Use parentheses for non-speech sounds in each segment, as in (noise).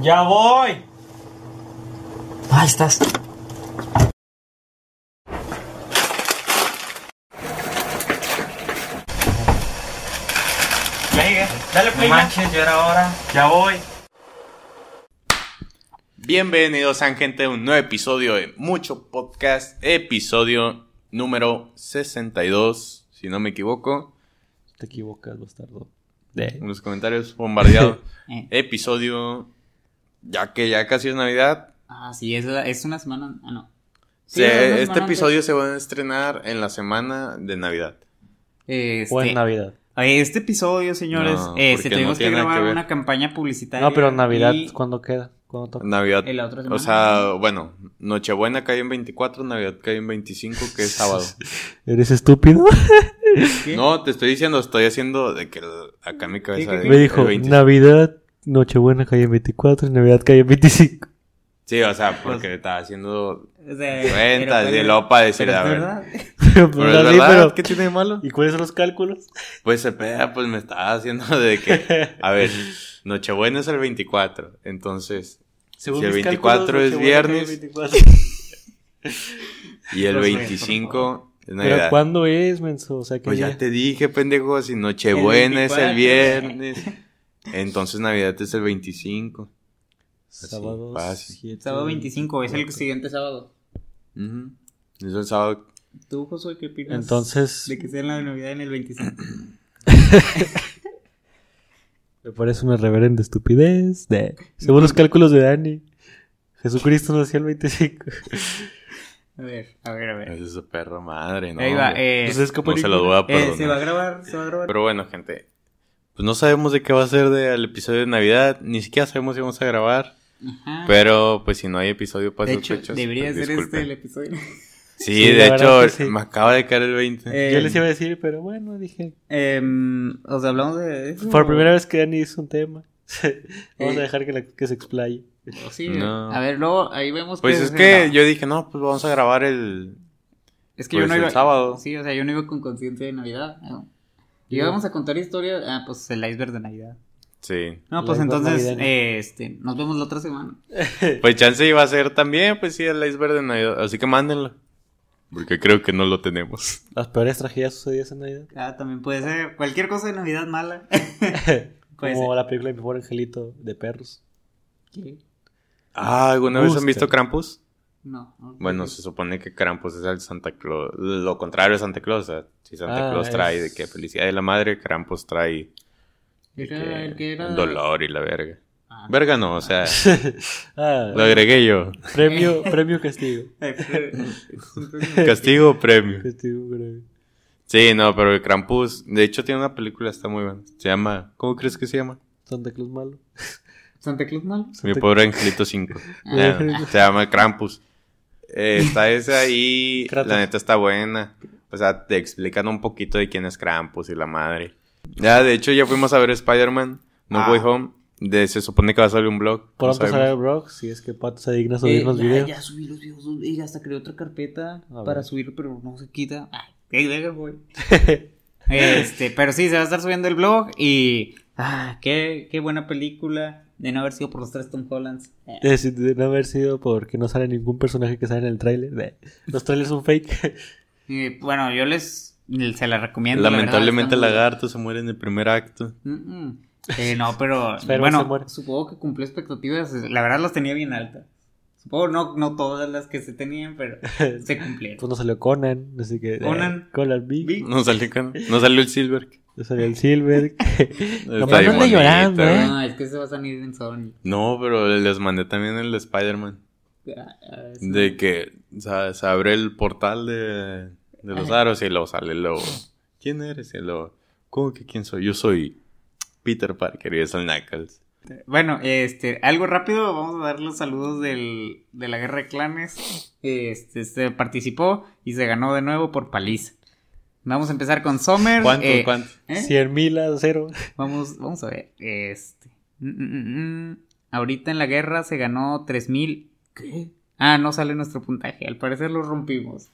Ya voy. Ahí estás. Ya llegué. Dale No play. ya. manches, ya era hora. Ya voy. Bienvenidos, sean gente, a un nuevo episodio de Mucho Podcast, episodio número 62, si no me equivoco. Te equivocas, bastardo. En los (laughs) comentarios bombardeados. Eh. episodio, ya que ya casi es Navidad. Ah, sí, es, la- es una semana. Ah, no. Sí, Se- es una semana este antes. episodio se va a estrenar en la semana de Navidad. Este, O en Navidad. oye, este episodio, señores, No, eh, porque se tuvimos no que tiene nada grabar que ver. una campaña publicitaria. No, pero Navidad, y ¿cuándo queda? ¿Cuándo toca? Navidad. en la otra semana. O sea, bueno, Nochebuena cayó en 24, Navidad cayó en 25, (laughs) que es sábado. ¿Eres estúpido? ¿Qué? No, te estoy diciendo, estoy haciendo de que el- acá en mi cabeza. qué, qué? de que Me el dijo, 25. Navidad, Nochebuena cae en 24, y Navidad cae en 25. Sí, o sea, porque Pues estaba haciendo O sea, cuentas pero- de lopa decir, pero a es ver. verdad. (laughs) Pero, Pero así, es verdad, pero- ¿qué tiene de malo? ¿Y cuáles son los (laughs) cálculos? Pues se pega, pues me estaba haciendo de que, a ver, Nochebuena es el 24, entonces, Según Si el mis 24 Nochebuena es cae en viernes. 24. y el Los reyes, 25 es ¿Pero Navidad. cuándo es, menso? O sea, ¿qué Pues ya día? te dije, pendejo, si Nochebuena es 24. el viernes, entonces Navidad es el 25. Sábado fácil. siete, Sábado 25, es el siguiente sábado. Ujú. Eso es sábado. ¿Tú, Josué, qué opinas? Entonces, De que sea la Navidad en el 25. me parece una reverenda estupidez. De... Según los cálculos de Dani, Jesucristo nació el 25. A ver, a ver, a ver. Eso es su perro madre, ¿no? Ahí va. hombre. Eh, Entonces, ¿qué no se película? lo voy a eh, se va a perdonar. grabar, se va a grabar. Pero bueno, gente, pues no sabemos de qué va a ser del episodio de Navidad, ni siquiera sabemos si vamos a grabar. Ajá. Pero, pues, si no hay episodio para de esas hecho, fechas, debería pues, ser este disculpen. el episodio. Sí, Sí, de la verdad hecho, que sí. me acaba de caer el 20. Eh, Yo les iba a decir, pero bueno, dije, Em, o sea, hablamos de eso. Por primera vez que Dani hizo un tema. (laughs) Eh. Vamos a dejar que, la- que se explaye. O sí, No. A ver, luego ahí vemos. pues qué es se que graba. yo dije, no, pues vamos a grabar el. Es que pues yo no el iba. sábado. Sí, o sea, yo no iba con conciencia de Navidad. No. Y íbamos a contar historias. Ah, pues el iceberg de Navidad. Sí. No, El pues iceberg entonces, navideño. eh, este, nos vemos la otra semana. Pues chance iba a ser también, pues sí, el iceberg de Navidad. Así que mándenlo. Porque creo que no lo tenemos. Las peores tragedias sucedidas en (laughs) Navidad. Ah, también puede ser cualquier cosa de Navidad mala. (laughs) Puede Como ser. la película de mi pobre angelito de perros. (laughs) ¿Qué? Ah, ¿alguna vez han Gusta. visto Krampus? No. no. Bueno, se supone que Krampus es el Santa Claus. Lo contrario de Santa Claus. O sea, si Santa Ah, Claus trae de es- que felicidad de la madre, Krampus trae. de Era que el que era. Dolor y la verga. Ah. Verga no, o sea, ah, lo agregué (laughs) yo. premio, premio castigo. Eh, (laughs) pero- Castigo o premio. Castigo, creo. Sí, no, pero el Krampus, de hecho tiene una película, está muy buena. Se llama, ¿cómo crees que se llama? Santa Claus malo. Santa Claus mal. Mi Santa- pobre (laughs) Angelito 5. se llama Krampus. Eh, está esa ahí, (laughs) Kratos. la neta está buena. O sea, te explican un poquito de quién es Krampus y la madre. Ya, de hecho ya fuimos a ver Spider-Man, No Ah. Way Home. De, se supone que va a salir un blog. no Pronto sabemos. será el Brock, si es que Pato se digna subir Eh, los ya, videos. Ya subí los videos y hasta creé otra carpeta A para ver. subirlo, pero no se quita. Ay, ahí deja, güey. (laughs) este, pero sí, se va a estar subiendo el blog y. Ah, qué, qué buena película de no haber sido por los tres Tom Hollands. Eh, Es decir, de no haber sido porque no sale ningún personaje que sale en el tráiler. De- Los trailers son fake. (laughs) eh, bueno, yo les. Se la recomiendo. la verdad, Lamentablemente está el muy- lagarto se muere en el primer acto. Mm, mm. Eh, no, (laughs) pero. Espero se bueno, muera. supongo que cumplió expectativas. La verdad las tenía bien altas. Supongo no, no todas las que se (laughs) tenían, pero se cumplieron. Pues no salió Conan, así que. Conan. Conan Big. Vi- No salió, con- no salió el Silver. No salió el Silver. (laughs) Está Nomás bien anda llorando, bonito, ¿eh? güey. No, Ah, es que se va a salir en Sony. No, pero les mandé también el de Spider-Man. Ah, ah, eso. De que sa- se abre el portal de, de los Ajá. aros y luego sale el lobo. ¿Quién eres? Y luego, ¿cómo que quién soy? Yo soy Peter Parker y es el Knuckles. Bueno, este, algo rápido, vamos a dar los saludos del, de la guerra de clanes. Este, se participó y se ganó de nuevo por paliza. Vamos a empezar con Sommer. ¿Cuánto? eh, ¿Cuánto? (laughs) ¿eh? 100 mil a (laughs) cero. Vamos, vamos a ver. Este. mm, mm, mm, mm. Ahorita en la guerra se ganó 3000. ¿Qué? Ah, no sale nuestro puntaje. Al parecer lo (laughs) rompimos.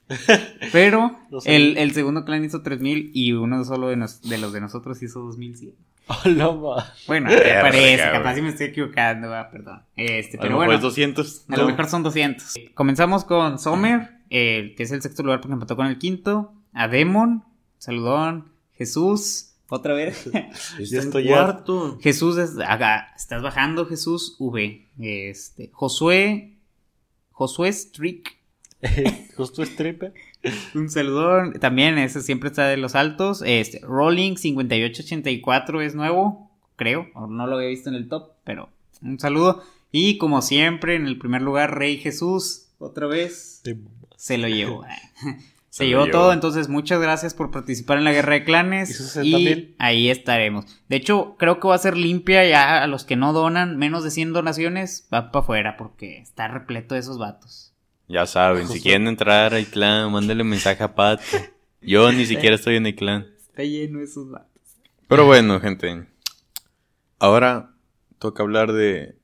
Pero Lo salió. el, el segundo clan hizo 3000 y uno solo de, nos- de los de nosotros hizo 2100. Oh, Hola, ma. Bueno, me parece, cabrón. capaz si me estoy equivocando, ah, perdón. Este, A pero lo mejor bueno, es 200. a lo mejor son 200. Comenzamos con Sommer, eh, que es el sexto lugar porque empató con el quinto. A Demon, saludón. Jesús, otra vez. Ya estoy harto. cuarto. (laughs) Jesús, es- acá, estás bajando, Jesús, V. Este, Josué, Josué Strick, (laughs) Justo stripper. un saludón. También, ese siempre está de los altos. Este, Rolling 5884 es nuevo, creo, o no lo había visto en el top, pero un saludo. Y como siempre, en el primer lugar, Rey Jesús, otra vez, Te- se lo llevó. (laughs) Se, Se lo llevó, llevó. todo, entonces muchas gracias por participar en la guerra de Y sus clanes. 60 Y mil. ahí estaremos. De hecho, creo que va a ser limpia ya a los que no donan, menos de 100 donaciones, va para afuera porque está repleto de esos vatos. Ya saben, si quieren entrar al clan, mándele mensaje a (laughs) Pat. Yo ni siquiera estoy en el clan. Está lleno de esos vatos. Pero bueno, gente. Ahora toca hablar de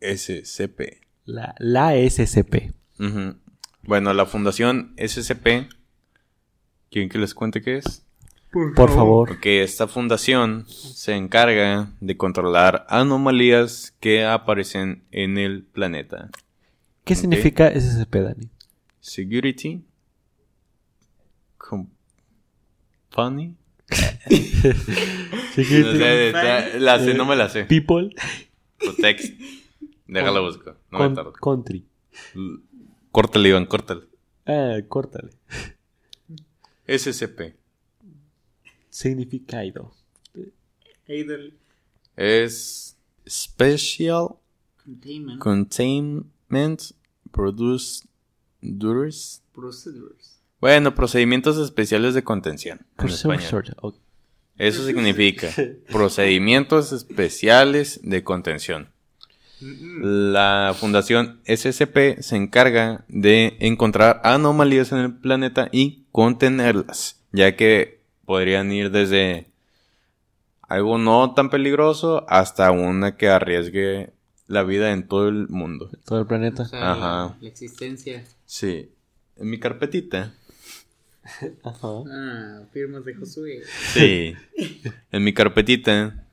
SCP. La, la SCP. Ujú. Bueno, la fundación SCP. ¿Quieren que les cuente qué es? Oh. Por favor. Porque esta fundación se encarga de controlar anomalías que aparecen en el planeta. ¿Qué Ok. significa SCP, (laughs) Dani? Security. Company. No sé, está- la sé, no me la sé. People. Protect. Déjala busco. No me con- tardo. country. L- Córtale, Iván, córtale. Ah, córtale. SCP. Significado. Idol Es Special Containment Containment Produce Dures. Procedures. Bueno, procedimientos especiales de contención. en español. Procedure. ok. Eso significa procedimientos especiales de contención. La Fundación SCP se encarga de encontrar anomalías en el planeta y contenerlas, ya que podrían ir desde algo no tan peligroso hasta una que arriesgue la vida en todo el mundo. Todo el planeta. Ajá. La existencia. Sí, en mi carpetita. Ajá. Ah, firmas de Josué. Sí. (laughs) En mi carpetita,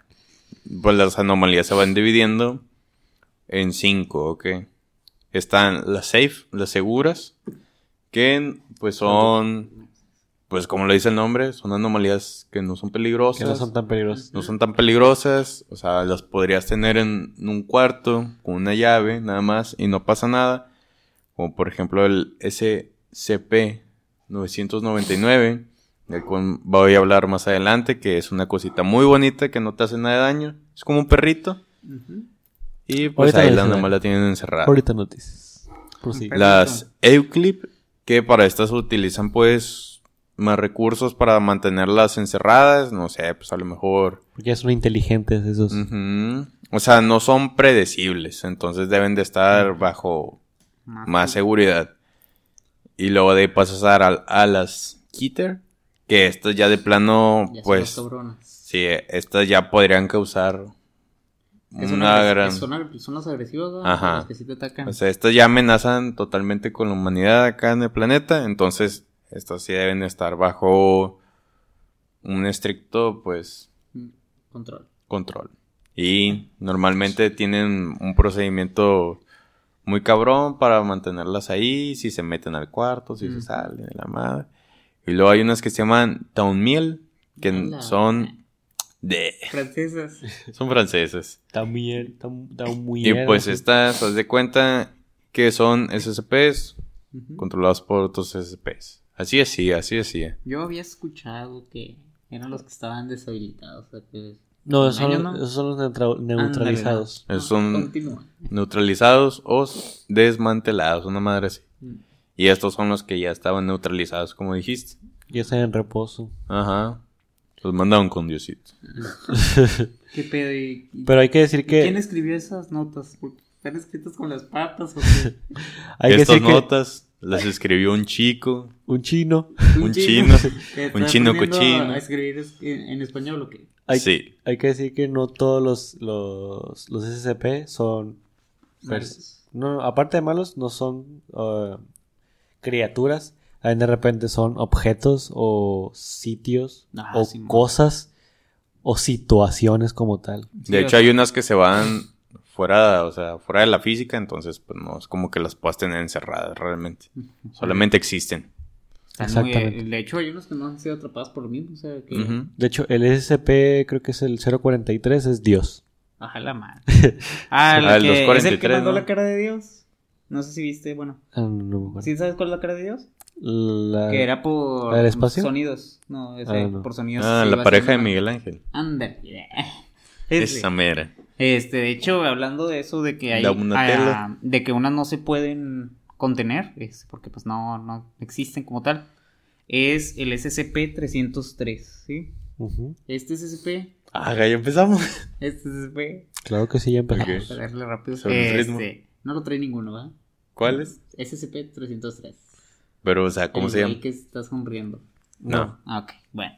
pues las anomalías se van dividiendo en cinco, ¿ok? Están las safe, las seguras, que pues son, pues como lo dice el nombre, son anomalías que no son peligrosas. Que no son tan peligrosos. no son tan peligrosas, o sea, las podrías tener en un cuarto con una llave nada más y no pasa nada. Como por ejemplo el SCP-999, del cual voy a hablar más adelante, que es una cosita muy bonita que no te hace nada de daño. Es como un perrito y pues Ahorita ahí lo la dice, nomás la tienen encerrada. Ahorita noticias. Prosigue. Pero- Las Euclid, que para estas utilizan pues más recursos para mantenerlas encerradas, no sé, pues a lo mejor Porque ya son inteligentes esos. Ujú. O sea, no son predecibles, entonces deben de estar bajo más seguridad. Y luego de ahí pasas a, a las Keter, que estas ya de plano, Ya son pues, los cabrones. sí, estas ya podrían causar Que una, son agres- gran... que Son, ag- son los agresivos, ¿no? Ajá. Pues, eh. Los que sí te atacan. O sea, estas ya amenazan totalmente con la humanidad acá en el planeta, entonces estas sí deben de estar bajo un estricto, pues, Mm, Control. control. Y normalmente tienen un procedimiento muy cabrón para mantenerlas ahí, si se meten al cuarto, si Mm. se salen de la madre. Y luego hay unas que se llaman Townmiel, que Hola. son de... Francesas. son franceses. Está muy, está, está muy Y pues estas, haz de cuenta que son SCPs controlados por otros SCPs. Así es, sí, así es, sí. Yo había escuchado que eran los que estaban deshabilitados. o sea, que- No, esos son, Ellos no. esos son los neutra- neutralizados. Esos son Continúa. neutralizados o desmantelados, una madre así. Mm. Y estos son los que ya estaban neutralizados, como dijiste. Ya están en reposo. Ajá. Los mandaron con Diosito. ¿Qué pedo? ¿Y, y- Pero hay que decir y que. ¿Quién escribió esas notas? Porque ¿Están escritas con las patas o (laughs) qué? Hay que Estas decir que notas las escribió un chico, un chino. un chino. que un está chino aprendiendo cochino. a escribir es- en, en español o qué? Hay, Sí. hay que decir que no todos los, los, los SCP son. Pues, Malos. No, no, aparte de malos, no son eh, criaturas. Ahí de repente son objetos o sitios Ah, o sí, mo- cosas o situaciones como tal. De hecho, hay unas que se van fuera, o sea, fuera de la física, entonces pues no es como que las puedas tener encerradas realmente. Solamente existen. Están muy- Exactamente. de hecho, hay unos que no han sido atrapados por lo mismo. O sea, que. Ujú. De hecho, el SCP, creo que es el 043, es Dios. Ajá, la (laughs) madre. Ah, Ah, el el que, es el que 243, mandó ¿no? la cara de Dios. No sé si viste, bueno. Ah, no me acuerdo. ¿Sí sabes cuál es la cara de Dios? Ah, La- que era por ¿la del espacio? sonidos. No, ese, Ah, no. por sonidos. Ah, se la iba pareja de haciendo- Miguel Ángel. Ándale. Ese. Esa mera. Este, de hecho, hablando de eso, de que hay. Da una ah, tela. de que unas no se pueden contener, es porque pues no, no existen como tal. Es el SCP-303, ¿sí? Ujú. Este SCP, Ah, ya empezamos. este SCP, Claro que sí, ya empezamos. Ok. para darle rápido. Sobre el ritmo. Este, no lo trae ninguno, ¿verdad? ¿Cuál es? SCP-303. Pero, o sea, ¿cómo El se güey llama? que está sonriendo. No. Ah, Ok, bueno.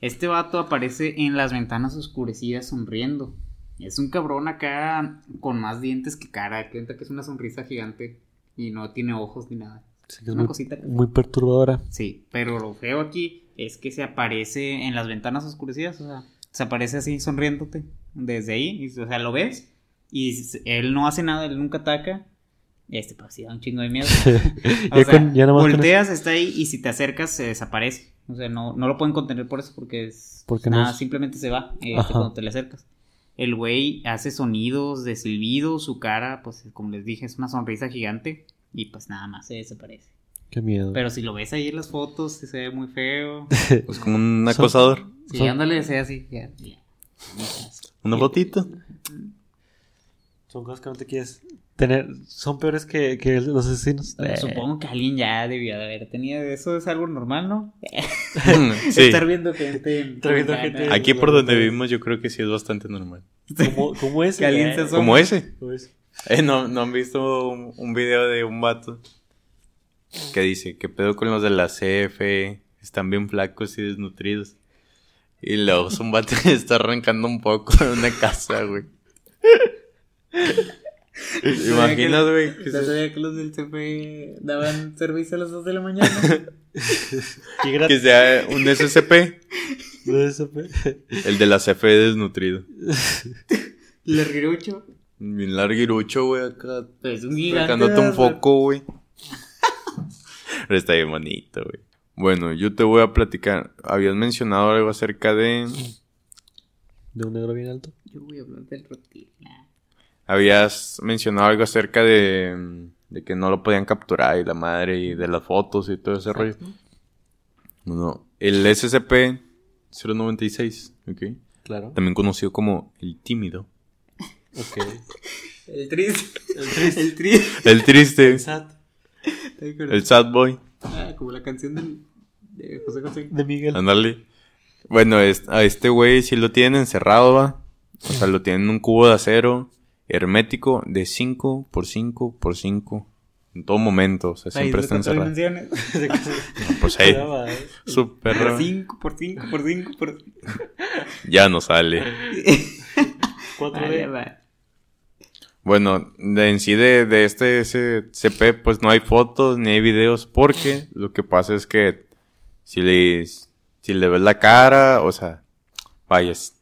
Este vato aparece en las ventanas oscurecidas sonriendo. Es un cabrón acá con más dientes que cara. Cuenta que es una sonrisa gigante y no tiene ojos ni nada. Sí, que Es es una muy, cosita. que- muy perturbadora. (laughs) Sí, pero lo feo aquí es que se aparece en las ventanas oscurecidas. O sea, se aparece así sonriéndote desde ahí. y, o sea, lo ves y s- él no hace nada, él nunca ataca. Este, pues sí, da un chingo de miedo. O Ya sea, con- ya nomás con volteas, está ahí y si te acercas se desaparece. O sea, no, no lo pueden contener por eso porque es Porque no nada, es- simplemente se va eh, Ajá. cuando te le acercas. El güey hace sonidos de silbido, su cara, pues como les dije, es una sonrisa gigante y pues nada más se desaparece. Qué miedo. Pero si lo ves ahí en las fotos, se ve (laughs) muy feo. Es como un Son- acosador. (laughs) Sí, Son- ándale, sea así. ya, ya. Una fotito. Son cosas que no te quieres tener. Son peores que, que los asesinos. O sea, Supongo que alguien ya debió de haber tenido eso, es algo normal, ¿no? sí. Estar viendo gente. en- Estar viendo en- gente- en- Aquí por donde vivimos yo creo que sí es bastante normal. Eh, (laughs) ¿Cómo, cómo es? Que alguien Eh, se asome. Como ese. ¿cómo es? Eh, ¿no, no han visto un, un video de un vato que dice que pedo con los de la CF, están bien flacos y desnutridos. Y luego un vato (laughs) que está arrancando un poco de una casa, güey. ¿Te imaginas, güey? que Ya se- sabía que los del CP daban (laughs) servicio a las 2 de la (laughs) mañana. Qué que gratis. sea un SCP, el de la CF desnutrido. Larguirucho. Bien larguirucho, güey, acá. Es Pues, un gigante. Sacándote un ¿verdad? poco, güey. (laughs) Pero está bien bonito, güey. Bueno, yo te voy a platicar. Habías mencionado algo acerca de. De un negro bien alto. Yo voy a hablar del reptil. nah. Habías mencionado algo acerca de. De que no lo podían capturar y la madre y de las fotos y todo Ah, ese rollo. Bueno, el SCP-096, ¿ok? Claro. También conocido como el tímido. Ok. El triste. El triste. (laughs) El triste. El triste. Sad. Ay, con- El sad boy. Ah, como la canción del, de José José. De Miguel. Ándale. Bueno, es- a este güey sí lo tienen encerrado, va. O sea, lo tienen en un cubo de acero hermético de 5 por 5 por 5. En todo momento, o sea, Ahí siempre está encerrado. dimensiones. Pues ahí, Brava, eh. (laughs) súper Por raro. 5, por 5, por 5, por (laughs) Ya no sale. 4D. Ay, verdad. Bueno, de en sí de, de este ese CP, pues no hay fotos ni hay videos, porque lo que pasa es que si le, si le ves la cara, o sea, vayas.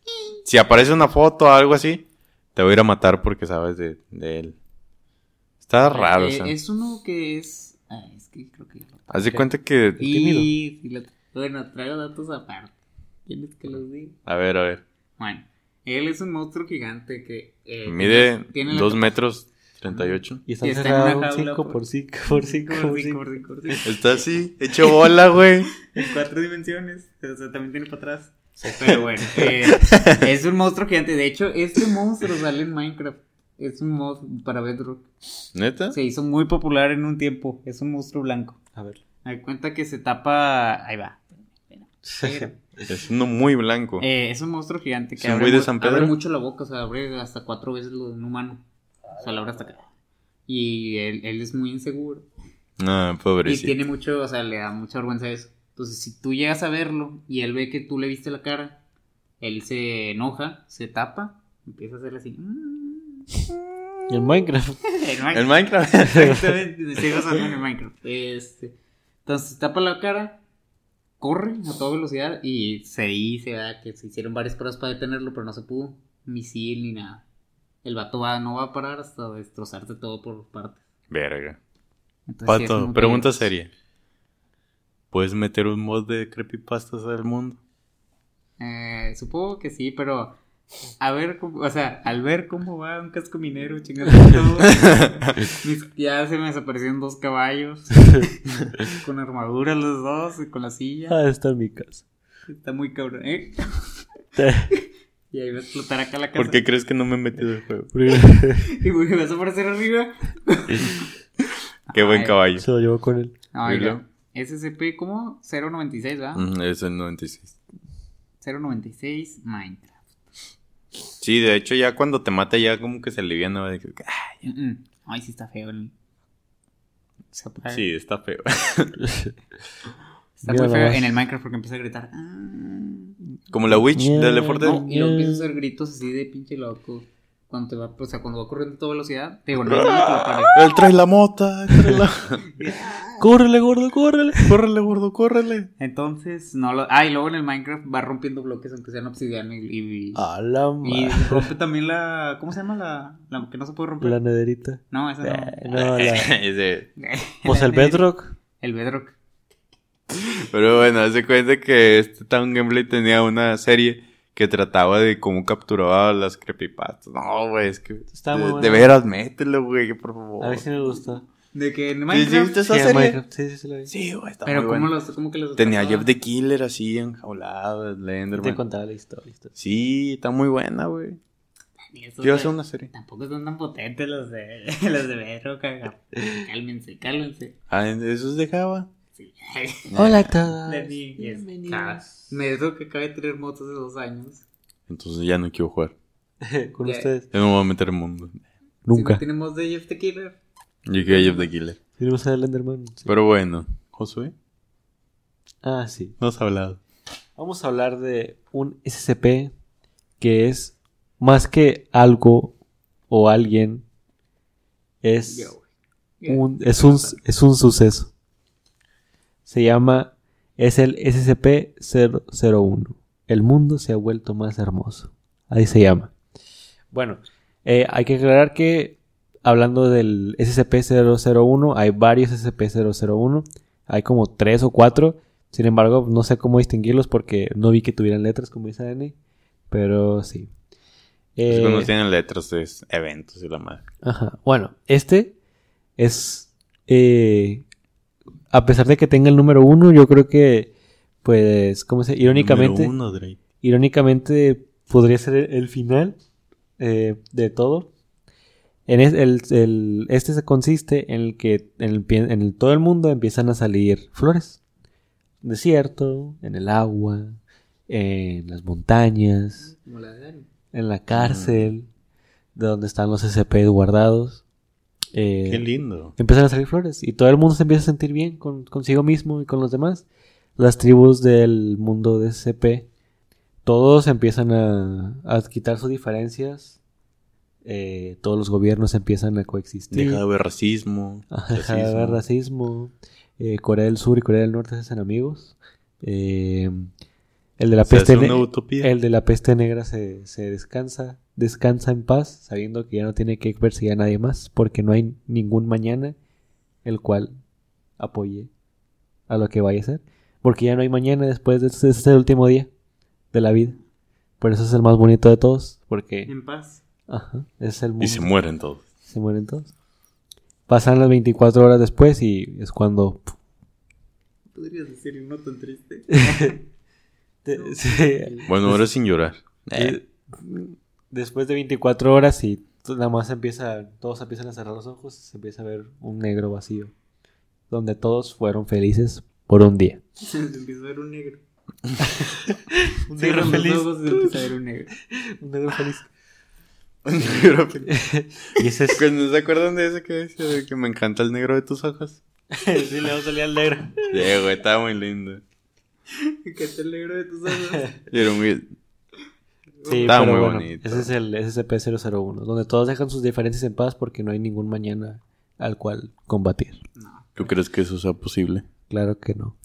Si aparece una foto o algo así, te voy a ir a matar porque sabes de, de él. Está raro, o Eh, sea. Es uno que es. Ay, es que creo que. Haz de cuenta que. Y. y lo- Bueno, traigo datos aparte. ¿Tienes que los diga? A ver, a ver. Bueno, él es un monstruo gigante que eh, Mide tiene la 2 capa- metros 38. Y está Y está en una encerrado un jaula 5 por- por 5 por 5 Corti, por 5. corti, corti. Está así, hecho bola, güey. (laughs) En cuatro dimensiones. O sea, también tiene para atrás. Pero (laughs) bueno, eh, es un monstruo gigante. De hecho, este monstruo sale en Minecraft. Es un mod para Bedrock. ¿Neta? Se hizo muy popular en un tiempo. Es un monstruo blanco. A ver. Hay cuenta que se tapa. Ahí (laughs) va. Pero, Es uno muy blanco. eh, es un monstruo gigante que ¿Es un abre, güey de mu- San Pedro? abre mucho la boca, o sea, abre hasta cuatro veces lo de un humano. O sea, la abre hasta acá. Y él- él es muy inseguro. Ah, Y pobrecito. tiene mucho, o sea, le da mucha vergüenza eso. Entonces, si tú llegas a verlo y él ve que tú le viste la cara, él se enoja, se tapa, empieza a hacer así. mm, Y en Minecraft. en El Minecraft. Minecraft. Exactamente, me estoy basando en el Minecraft. Este, entonces, se tapa la cara corre a toda velocidad y se dice ¿verdad? que se hicieron varias pruebas para detenerlo, pero no se pudo. Misil ni nada. El vato va, no va a parar hasta destrozarte todo por partes. (laughs) Verga. Entonces, sí, es como Pato, que- pues, pregunta seria. ¿Puedes meter un mod de creepypastas al mundo? Eh, supongo que sí, pero a ver, cómo- o sea, al ver cómo va un casco minero, (laughs) chingando ya se me desaparecieron dos caballos (laughs) con armaduras los dos y con la silla. Ah, está en mi casa. (laughs) Está muy cabrón, ¿eh? Te- Y ahí va a explotar acá la casa. ¿Por qué crees que no me he metido el juego? porque (laughs) (laughs) Y güey, vas a aparecer arriba. Qué buen Ay. pues, caballo. se lo llevó con él. Ah, ¿Y ya. luego? SCP, ¿cómo? 096, ¿verdad? Ujú, Mm, Es el 96. 096 Minecraft. Sí, de hecho ya cuando te mata ya como que se aliviana. va de que, "Ah, Mm-mm. Mm, Ay, sí está feo. el- Se apaga. Sí, está feo. (laughs) Está Mira muy feo nomás. en el Minecraft porque empieza a gritar. "Ah". Como la witch Yeah. de Left 4 Dead. No, y luego eh. empieza a hacer gritos así de pinche loco. Cuando te va, o sea, cuando va corriendo a toda velocidad, te digo, no, no, no, te lo pares. Él trae la mota, él trae la... ¡Córrele, gordo, córrele! (laughs) córrele, gordo, córrele. (laughs) Entonces, no lo. Ah, y luego en el Minecraft va rompiendo bloques, aunque sean obsidiana y. y- Ah, A la y madre. rompe también la. ¿Cómo se llama la, la que no se puede romper? La nederita. No, esa Eh, no. no, la... (laughs) Ese- Pues el bedrock. El bedrock. Pero bueno, hace cuenta que este Town Gameplay tenía una serie que trataba de cómo capturaba las creepypastas. No, güey, es que. Está de, muy buena. de veras, mételo, güey, por favor. A ver si me gusta. De que en Sí, sí, Minecraft. ¿viste esa Sí, serie? Minecraft, Sí, sí, sí, la vi. Sí, güey, está pero muy ¿cómo, buena. los, ¿cómo que los.? Tenía atrapaba? Jeff the Killer así, enjaulado, Te Slenderman. contaba la historia. historia. Sí, está muy buena, güey. Y esos Yo de- hacer una serie. Tampoco son tan potentes los de, (laughs) los de bedrock. acá. Cálmense, cálmense. Ah, ¿esos de Java? Sí. Hola a todos. De mí, es ca- Me dijo que acabé de tener motos de dos años. Entonces ya no quiero jugar. (laughs) Con Ya. ustedes. Ya no me voy a meter en mundo. Si no Nunca. tenemos de Jeff the Killer. Llegué a Jeff the Killer. Tenemos a Lenderman. Pero bueno, Josué, Ah, sí. no has hablado. Vamos a hablar de un SCP que es más que algo o alguien. Es. Yo, güey. un, es, un, es un suceso. Se llama, es el SCP-001. El mundo se ha vuelto más hermoso. Ahí se llama. Bueno, eh, hay que aclarar que hablando del SCP-001, hay varios SCP-001. Hay como tres o cuatro. Sin embargo, no sé cómo distinguirlos porque no vi que tuvieran letras, como dice Dani. Pero sí. Es Eh, que no tienen letras, es eventos y la madre. Ajá. Bueno, este es. eh, a pesar de que tenga el número uno, yo creo que. Pues, ¿cómo se Irónicamente. Número uno, Drake. Irónicamente, podría ser el, el final eh, de todo. En es- el- el- este se consiste en el que en, el pie- en el- todo el mundo empiezan a salir flores. Desierto, en el agua, en las montañas Como la de Dani. en la cárcel, de donde están los SCP guardados. Eh, Qué lindo. empiezan a salir flores y todo el mundo se empieza a sentir bien con, consigo mismo y con los demás. Las tribus del mundo de SCP, todos empiezan a, a quitar sus diferencias. eh, todos los gobiernos empiezan a coexistir. Deja de haber racismo. (laughs) Deja de haber racismo. Eh, Corea del Sur y Corea del Norte se hacen amigos. Eh, el de la Se peste hace ne- una utopía. el de la peste negra se, se descansa, descansa en paz, sabiendo que ya no tiene que perseguir a nadie más, porque no hay ningún mañana el cual apoye a lo que vaya a ser. Porque ya no hay mañana después de este, este es el último día de la vida. Por eso es el más bonito de todos, porque En paz. ajá, es el mundo. Y se mueren todos. Se mueren todos. Pasan las 24 horas después y es cuando pf, Podrías decir uno tan (laughs) triste. (laughs) te- se- Bueno, ahora sin llorar. (laughs) (laughs) Eh, Después de 24 horas y t- nada más empieza, todos empiezan a cerrar los ojos y se empieza a ver un negro vacío. Donde todos fueron felices por un día. se empieza a ver (laughs) un negro. Un Cierran los ojos y se empieza a ver (laughs) un negro. (laughs) Un negro feliz. Un negro feliz. Y ese (laughs) (laughs) es... Pues, ¿No se acuerdan de ese que decía de que me encanta el negro de tus ojos? sí, le va a salir al negro. Sí, güey, estaba muy lindo. Que está el negro de tus ojos. (laughs) Y era muy- Sí, Está pero muy bueno, bonito. Ese es el SCP-001, donde todos dejan sus diferencias en paz porque no hay ningún mañana al cual combatir. ¿Tú crees que eso sea posible? Claro que no.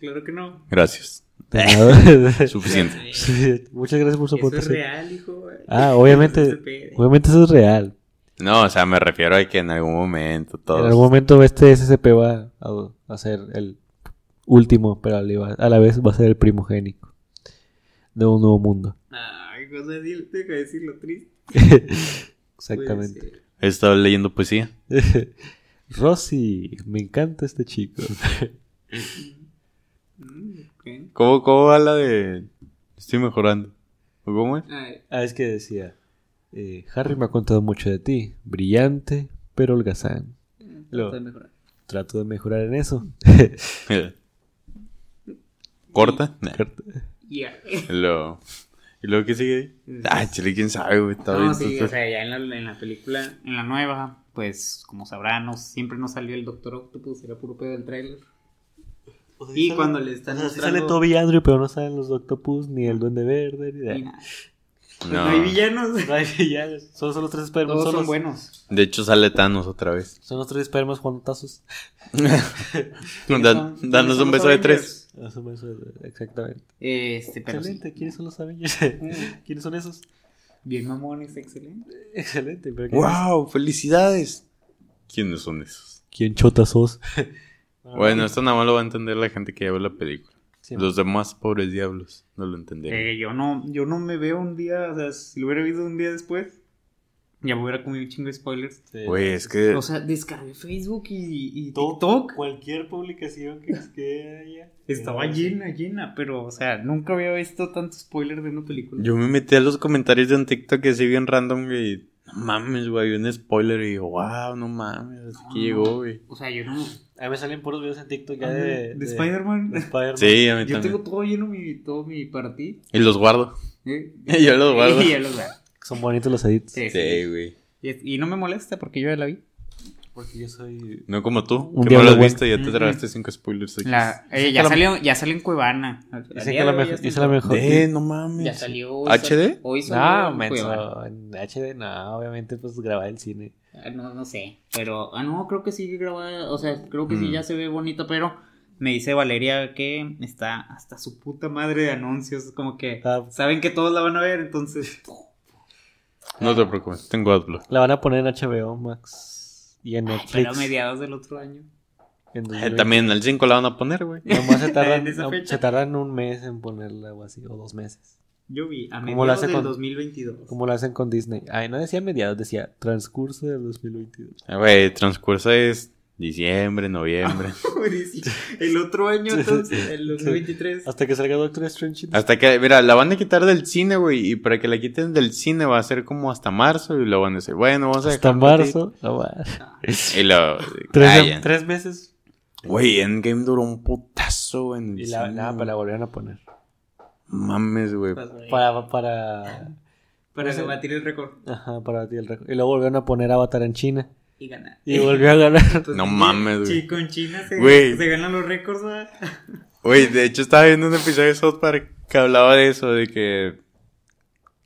Claro que no. Gracias. (laughs) De nada. Suficiente. (laughs) Sí, Muchas gracias por su Eso es aportación. real, hijo. (laughs) Ah, obviamente, obviamente eso es real. No, o sea, me refiero a que en algún momento En todos. algún momento este SCP va a, a ser el último, pero le va- a la vez va a ser el primogénico de un nuevo mundo. Ay, cosa decir, deja de decir lo triste. Exactamente. Puede ser. He estado leyendo poesía. Rosy, me encanta este chico. Mm, ok. ¿Cómo, cómo va la de estoy mejorando? ¿O cómo es? (laughs) Ay, (laughs) ah, es que decía, eh, Harry me ha contado mucho de ti, brillante, pero holgazán. Lo- estoy mejorando. Trato de mejorar en eso. ¿Corta? Nah. Yeah. Y luego- ¿Y luego qué sigue ahí? Ah, chile, quién sabe, güey. Está No, bien, sí, entonces- o sea, ya en la, en la película, en la nueva, pues como sabrán, no, siempre no salió el Doctor Octopus, era puro pedo el trailer. (laughs) Y cuando le están O sea, (laughs) sí mostrando- sale Toby y Andrew, pero no salen los Octopus, ni el Duende Verde, ni (laughs) Y nada. nada. Pues No. No hay villanos. No hay villanos. Son solo tres Spider-Man. (laughs) Todos Son, son los- buenos. De hecho, sale Thanos otra (laughs) vez. (laughs) son los tres Spider-Man jugando tazos. Dan- Son- Danos son los un beso de Avengers. tres. Más o menos, eh, exactamente. Este, pero sí. Excelente. ¿Quiénes son los Avengers? Mm, ¿Quiénes son esos? Bien mamones, excelente. Excelente. Pero ¿quién es? ¡Wow! ¡Felicidades! ¿Quiénes son esos? ¿Quién chota sos? Ah, Bueno, esto nada más lo va a entender la gente que ya ve la película. Sí, Los demás pobres diablos no lo entendieron. Eh, yo no, yo no me veo un día, o sea, si lo hubiera visto un día después, ya me hubiera comido un chingo de spoilers. sí. Güey, es que O sea, descargué Facebook y, y Todo- TikTok. Cualquier publicación que, que haya. Estaba Eh, llena, llena, pero, o sea, nunca había visto tanto spoiler de una película. yo me metí a los comentarios de un TikTok que sí bien random y no mames, güey, un spoiler y digo, wow, no mames, así que llegó, güey. O sea, yo no. A mí me salen puros videos en TikTok ya de, Ah, de. Spider-Man. (laughs) de Spider-Man. Sí, a mí Yo tengo también. todo lleno, mi, todo mi para ti. Y los guardo. ¿eh? (laughs) Yo los guardo. Y yo los guardo. Son bonitos los edits. Sí, Sí, güey. Y, y no me molesta porque yo ya la vi. Porque yo soy. No como tú, Un que no diablo lo has bueno. visto y ya te Ujú. tragaste cinco spoilers. X. La- eh, ya, salió, ya salió en Cuevana. Dicen que la Ya mejor. está- Dicen la mejor. Eh, no mames. Ya salió. hoy ¿HD? sal- Hoy salió No, en menso, Cuevana. en HD no, obviamente pues grabar el cine. Ah, No, no sé, pero ah, no, creo que sí grabada, o sea, creo que Mm. sí ya se ve bonita, pero me dice Valeria que está hasta su puta madre de anuncios, como que Ah. saben que todos la van a ver, entonces No te preocupes, tengo Adblock. La van a poner en HBO Max y en Ay, Netflix. pero a mediados del otro año. en 2020. Eh, también al 5 la van a poner, güey. Nomás (laughs) se tardan, En esa no, fecha. se tardan un mes en ponerla o así, o dos meses. Yo vi a ¿Cómo lo mediados hace del con- 2022. (laughs) Como lo hacen con Disney. Ay, no decía mediados, decía transcurso del 2022. Ah, Güey, transcurso es diciembre, noviembre. (laughs) Pobrecito. el otro año entonces, el 2023. Hasta que salga Doctor Strange. en- Hasta que, mira, la van a quitar del cine, güey. Y para que la quiten del cine va a ser como hasta marzo. Y lo van a decir, bueno, vamos a Hasta dejarlo así. marzo. no va. (laughs) Y lo. Tres, callan. tres meses. Güey, Endgame duró un putazo en el Y la, cine, nada, güey. pero la volvieron a poner. Mames, güey. Pues, güey, para Para, para, pues, eh. batir el récord ajá, para batir el récord. Y luego volvieron a poner Avatar en China. y ganar. Y (laughs) volvió a (laughs) ganar. Pues, No sí, mames, güey. sí, con China se, Güey. se ganan los récords, Pues, ¿verdad? Güey, de hecho estaba viendo un episodio de South Park que hablaba de eso, de que.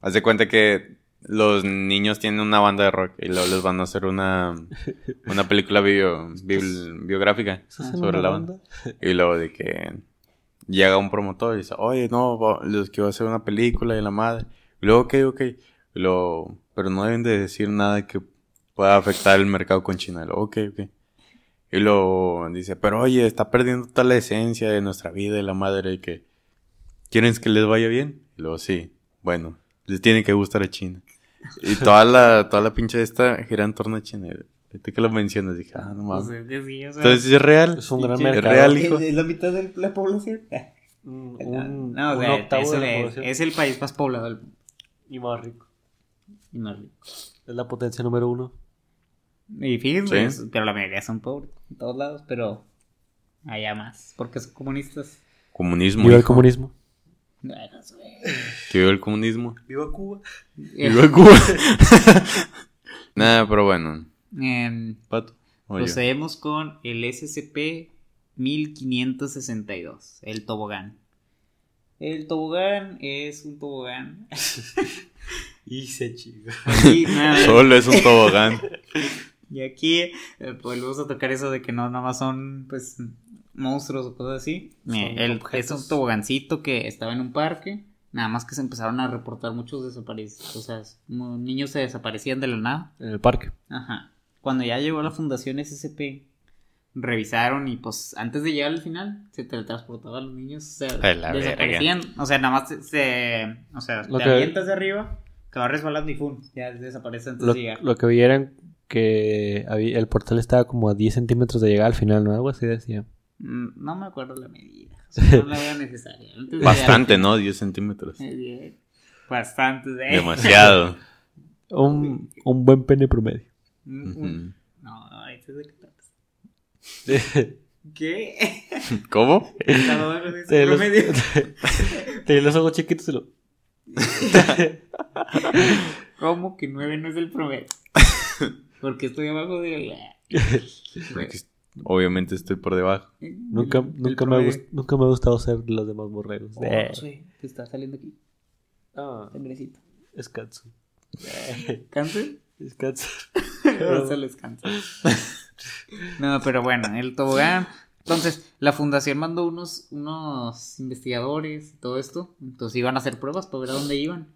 Haz de cuenta que los niños tienen una banda de rock y luego les van a hacer una, una (laughs) película bio, bibl- biográfica ¿Estás en sobre una la banda. Y luego de que llega un promotor y dice, oye, no, va- los que va a hacer una película y la madre. Y luego, ok, ok. Y luego, pero no deben de decir nada que pueda afectar el mercado con China. Y luego, ok, ok. Y luego dice, pero oye, está perdiendo toda la esencia de nuestra vida y la madre y que... ¿Quieren que les vaya bien? Y luego, sí. Bueno, les tiene que gustar a China. Y toda la, toda la pinche esta gira en torno a China. Ahorita que lo mencionas, dije, ah, no Pues mames. es que sí, o sea, Entonces es real. Es un gran Es mercado. real, hijo. la mitad de la población. (laughs) Un, un- No, o un sea, octavo eso de la es- población. es el país más poblado del mundo. Y más rico. Y más rico. Es la potencia número uno. Y fíjense, Sí. es- pero la mayoría son pobres en todos lados, pero allá más, porque son comunistas. Comunismo. Viva el hijo. comunismo. Bueno, sí. Que viva el comunismo. Viva Cuba. Viva Cuba. (laughs) Nada, pero bueno. Em, Pato. o yo. procedemos con el SCP 1562, el tobogán. El tobogán es un tobogán. (laughs) Y se chica. (laughs) Aquí, nada, Solo es un tobogán. Y aquí eh, volvemos a tocar eso de que no, nada más son, pues, monstruos o cosas así. Son Mira, el- es objetos. un tobogancito que estaba en un parque. Nada más que se empezaron a reportar muchos desaparecidos. O sea, mo- niños se desaparecían de la nada. En el parque. Ajá. Cuando ya llegó la fundación SCP, revisaron y pues antes de llegar al final, se teletransportaban los niños. O sea, A la desaparecían. O sea, nada más se, se- o sea, Lo te que- avientas de arriba, que va resbalando y ¡fum! Ya desaparece antes Lo, de llegar. lo que vi eran que había- el portal estaba como a 10 centímetros de llegar al final, ¿no? Algo así decía. Mm, No me acuerdo la medida. (laughs) O sea, no la veo necesaria. Antes de llegar- Bastante, ¿no? 10 centímetros. Muy bien. (laughs) Bastante. ¿eh? Demasiado. Un, un buen pene promedio. Un- un- Ujú. Mm, No, no, este es de Catarsis. ¿Qué? (laughs) ¿Cómo? Estaba bueno, es Te los- (laughs) promedio. (laughs) Tenía los ojos chiquitos y lo... ¿Cómo que 9 no es el (laughs) promedio? Porque estoy abajo de Porque obviamente estoy por debajo. (laughs) Nunca, nunca, me ha gust- nunca me ha gustado ser de los demás borregos. Eh. Oh, Te está saliendo aquí, Ah, sangrecito. es Katsu. Eh. ¿Cáncer? (laughs) Es (laughs) Katsu. No se les cansa. No, pero bueno, el tobogán. Entonces, la fundación mandó unos, unos investigadores y todo esto. Entonces iban a hacer pruebas para ver a dónde iban.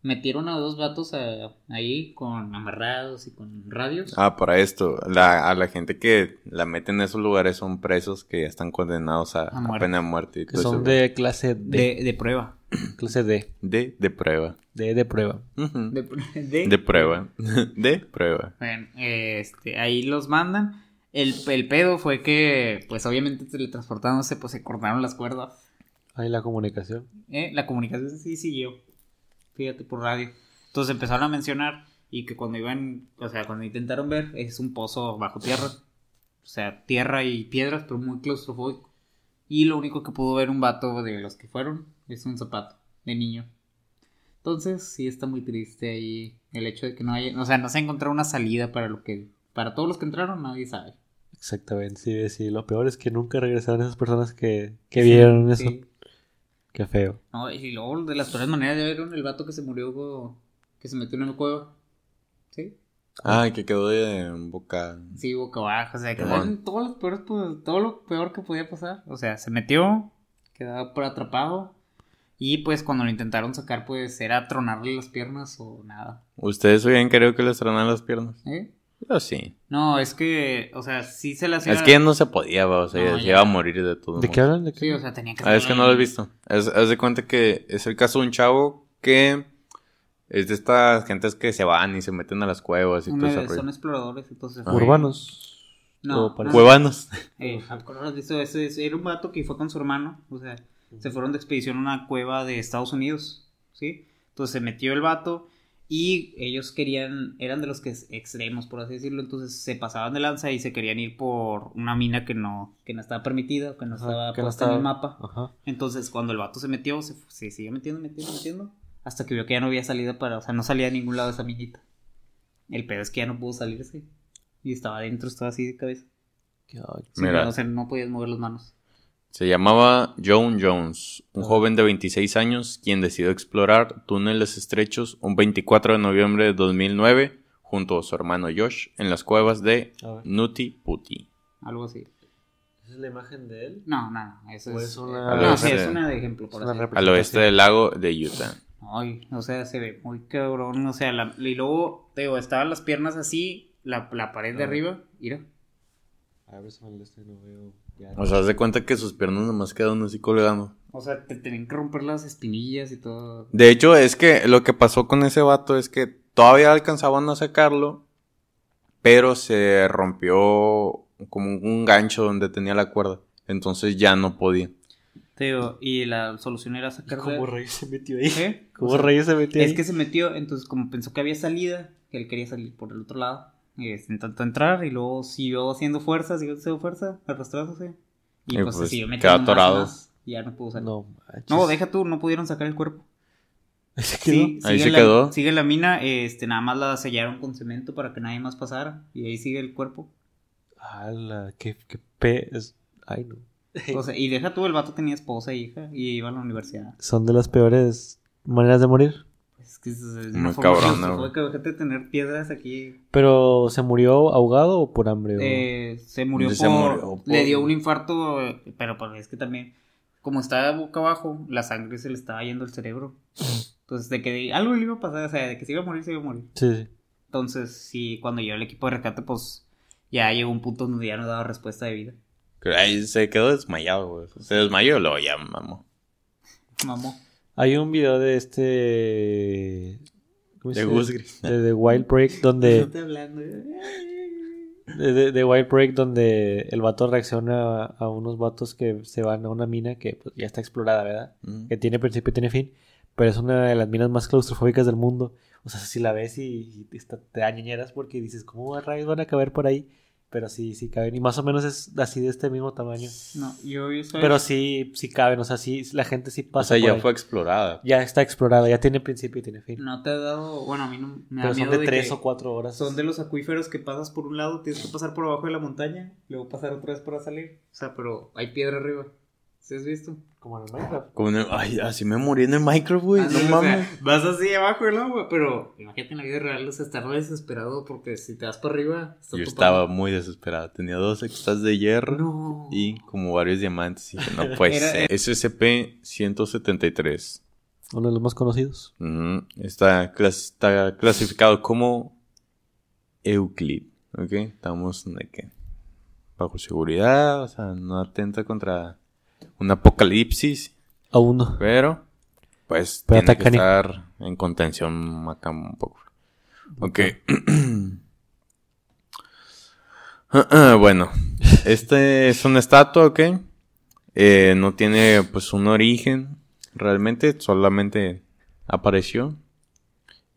Metieron a dos vatos a- ahí con amarrados y con radios. Ah, para esto. La, a la gente que la meten en esos lugares son presos que ya están condenados a, A a muerte. pena de muerte. y Que todo son eso. de clase D. De, de prueba. Clase D. De, de prueba. D de prueba. Ujú. De, de- De prueba. De prueba. Bueno, este, ahí los mandan. El, el pedo fue que, pues obviamente teletransportándose, pues se cortaron las cuerdas. Ahí la comunicación. Eh, La comunicación sí siguió. Fíjate, por radio. Entonces empezaron a mencionar y que cuando iban, o sea, cuando intentaron ver, es un pozo bajo tierra. O sea, tierra y piedras, pero muy claustrofóbico. Y lo único que pudo ver un vato de los que fueron es un zapato de niño. Entonces, sí está muy triste ahí el hecho de que no haya, o sea, no se ha encontrado una salida para lo que, para todos los que entraron, nadie sabe. Exactamente, sí, sí. Lo peor es que nunca regresaron esas personas que, que vieron eso. Sí. Qué feo. No, y luego de las peores maneras ya vieron el vato que se murió, co- que se metió en el cueva. ¿Sí? Ah, que quedó de boca. Sí, boca abajo, o sea, que Simón. fueron todos los peores, pues, todo lo peor que podía pasar. O sea, se metió, quedaba por atrapado. Y pues cuando lo intentaron sacar, pues era tronarle las piernas o nada. ¿Ustedes hubieran querido que les tronaran las piernas? ¿Eh? Yo sí. No, es que, o sea, sí se las Es que ya no se podía, va, o sea, No, ya ya. Mm. iba a morir de todo. ¿De qué hablan? ¿De qué? Sí, o sea, tenía que Ah, es que no lo has visto. Es- haz de cuenta que es el caso de un chavo que es de estas gentes que se van y se meten a las cuevas y todo Una ese vez, rollo. son exploradores, entonces. Ah. fue- Urbanos. No, o para- no, Cuevanos. Eh, ¿a poco no has visto eso? Es- Era un vato que fue con su hermano, o sea, se fueron de expedición a una cueva de Estados Unidos, ¿sí? Entonces se metió el vato y ellos querían, eran de los que extremos, por así decirlo, entonces se pasaban de lanza y se querían ir por una mina que no, que no estaba permitida, que no Ajá, estaba que no puesta en el estaba- mapa. Ajá. Entonces cuando el vato se metió, se, fu- se siguió metiendo, metiendo, metiendo, hasta que vio que ya no había salida para, o sea, no salía a ningún lado esa minita. El pedo es que ya no pudo salirse y estaba adentro, estaba así de cabeza. Qué ay. Sí, Mira. no, o sea, no podías mover las manos. Se llamaba John Jones, un Ah. joven de 26 años quien decidió explorar túneles estrechos un 24 de noviembre de 2009 junto a su hermano Josh en las cuevas de A ver. Nuti Puti. Algo así. ¿Esa es la imagen de él? No, no, no. Eso O es. es una... una- No, Al sí, oeste. es una de ejemplo. Por Es una así. réplica. Al oeste del lago de Utah. Ay, o sea, se ve muy cabrón. O sea, la- y luego, te digo, estaban las piernas así, la, la pared de Ah. arriba. Mira. A ver si este no veo. O sea, haz de cuenta que sus piernas nomás quedaron así colgando. O sea, te tenían que romper las espinillas y todo. De hecho, es que lo que pasó con ese vato es que todavía alcanzaban a sacarlo, pero se rompió como un gancho donde tenía la cuerda. Entonces ya no podía. Te digo, y la solución era sacar. ¿Cómo Reyes se metió ahí? ¿Eh? (laughs) ¿Cómo O sea, Reyes se metió ahí? Es que se metió, entonces como pensó que había salida, que él quería salir por el otro lado, eh, se intentó entrar y luego siguió haciendo fuerza, siguió haciendo fuerza, arrastrándose. Y Y pues, se pues, siguió quedó metiendo más y atorado. más, y ya no pudo salir. No, No, manches. (laughs) deja tú, no pudieron sacar el cuerpo. Ahí se quedó. Sí, Ahí sigue se la- quedó. Sigue la mina, este, nada más la sellaron con cemento para que nadie más pasara y ahí sigue el cuerpo. Ala, qué, qué pe... es- Ay, no. O sea, y deja tú, el vato tenía esposa e hija y iba a la universidad. Son de las peores maneras de morir. Pues, que es es Muy una forma cabrón, de- ¿no, güey, que dejaste de tener piedras aquí. Pero se murió ahogado o por hambre. o- Eh, se murió, Se por, murió por- Le dio un infarto, eh, pero pues, es que también, como estaba boca abajo, la sangre se le estaba yendo al cerebro. Entonces, de que algo le iba a pasar, o sea, de que se iba a morir, se iba a morir. Sí, sí. Entonces, sí, cuando llegó el equipo de rescate, pues ya llegó un punto donde ya no daba respuesta de vida. Pero ahí se quedó desmayado, güey. Se desmayó y luego ya, mamó. Mamó. Hay un video de este. ¿cómo se De llama? Gus (laughs) Gris. De The Wild Project, (laughs) donde. Estoy hablando. de, de- de Wild Project, donde el vato reacciona a, a unos vatos que se van a una mina que pues, ya está explorada, ¿verdad? Mm. Que tiene principio y tiene fin. Pero es una de las minas más claustrofóbicas del mundo. O sea, si la ves y, y está- te da ñeñeras porque dices, ¿cómo rayos van a caber por ahí? Pero sí, sí caben. Y más o menos es así de este mismo tamaño. No, yo, yo soy. Pero sí, sí caben. O sea, sí, la gente sí O pasa. sea, por ya ahí. fue explorada. ya está explorada, ya tiene principio y tiene fin. No te ha dado. Bueno, a mí no me da Pero son miedo. de de tres que o cuatro horas. Son de los acuíferos que pasas por un lado, tienes que pasar por abajo de la montaña, luego pasar otra vez para salir. O sea, pero hay piedra arriba. ¿Sí has visto? Como en el Minecraft. Como en el- Ay, así me morí en el Minecraft, güey. Ah, No sí, o sea, mames. vas así abajo del agua, pero imagínate en la vida real, o sea, estar desesperado porque si te vas para arriba, estás Yo topando- estaba muy desesperado. Tenía dos extras de hierro No. y como varios diamantes. Y dije, no puede Era- ser. SCP-173. Uno de los más conocidos. Ujú. está, clas- está clasificado como Euclid. ¿Ok? Estamos de que bajo seguridad, o sea, no atenta contra un apocalipsis, Aún no. pero pues Pero tiene que atacan y- estar en contención acá un poco. Ok. (clears throat) Ah, ah, bueno, este es una estatua, ¿ok? Eh, no tiene pues un origen realmente, solamente apareció.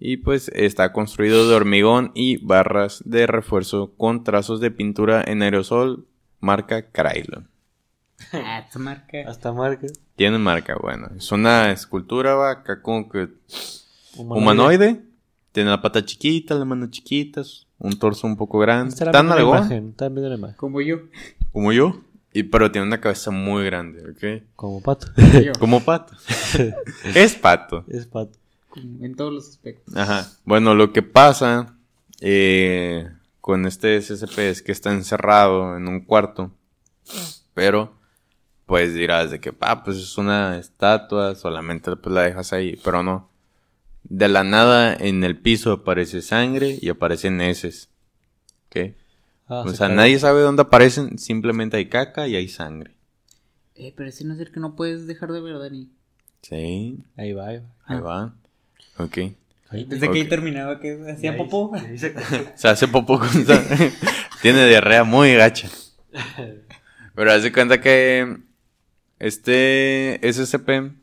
Y pues está construido de hormigón y barras de refuerzo con trazos de pintura en aerosol marca Krylon. (laughs) Ah, tu marca. Hasta marca. Tiene marca, bueno. Es una escultura va, acá como que humanoide. Tiene la pata chiquita, la mano chiquita, un torso un poco grande. Está Tan viendo la algo imagen. Está viendo la imagen. Como (laughs) yo. como yo. Y, pero tiene una cabeza muy grande, ¿ok? Como (laughs) pato. Como yo. (laughs) Como pato. es pato. es pato. Como En todos los aspectos. Ajá. Bueno, lo que pasa eh, con este SCP es que está encerrado en un cuarto. Pero, pues dirás de que, ah, pues es una estatua, solamente pues, la dejas ahí. Pero no. De la nada en el piso aparece sangre y aparecen heces. ¿Ok? Ah, o sí, sea, claro. nadie sabe dónde aparecen, simplemente hay caca y hay sangre. Eh, pero ese no es el que no puedes dejar de ver, Dani. Sí, Ahí va, ahí va. ahí Ah. va. Ok. Desde Ok. que he terminado, que hacía popó. (laughs) Se hace (laughs) popo con sangre. Tiene diarrea muy gacha. Pero hace cuenta que este SCP,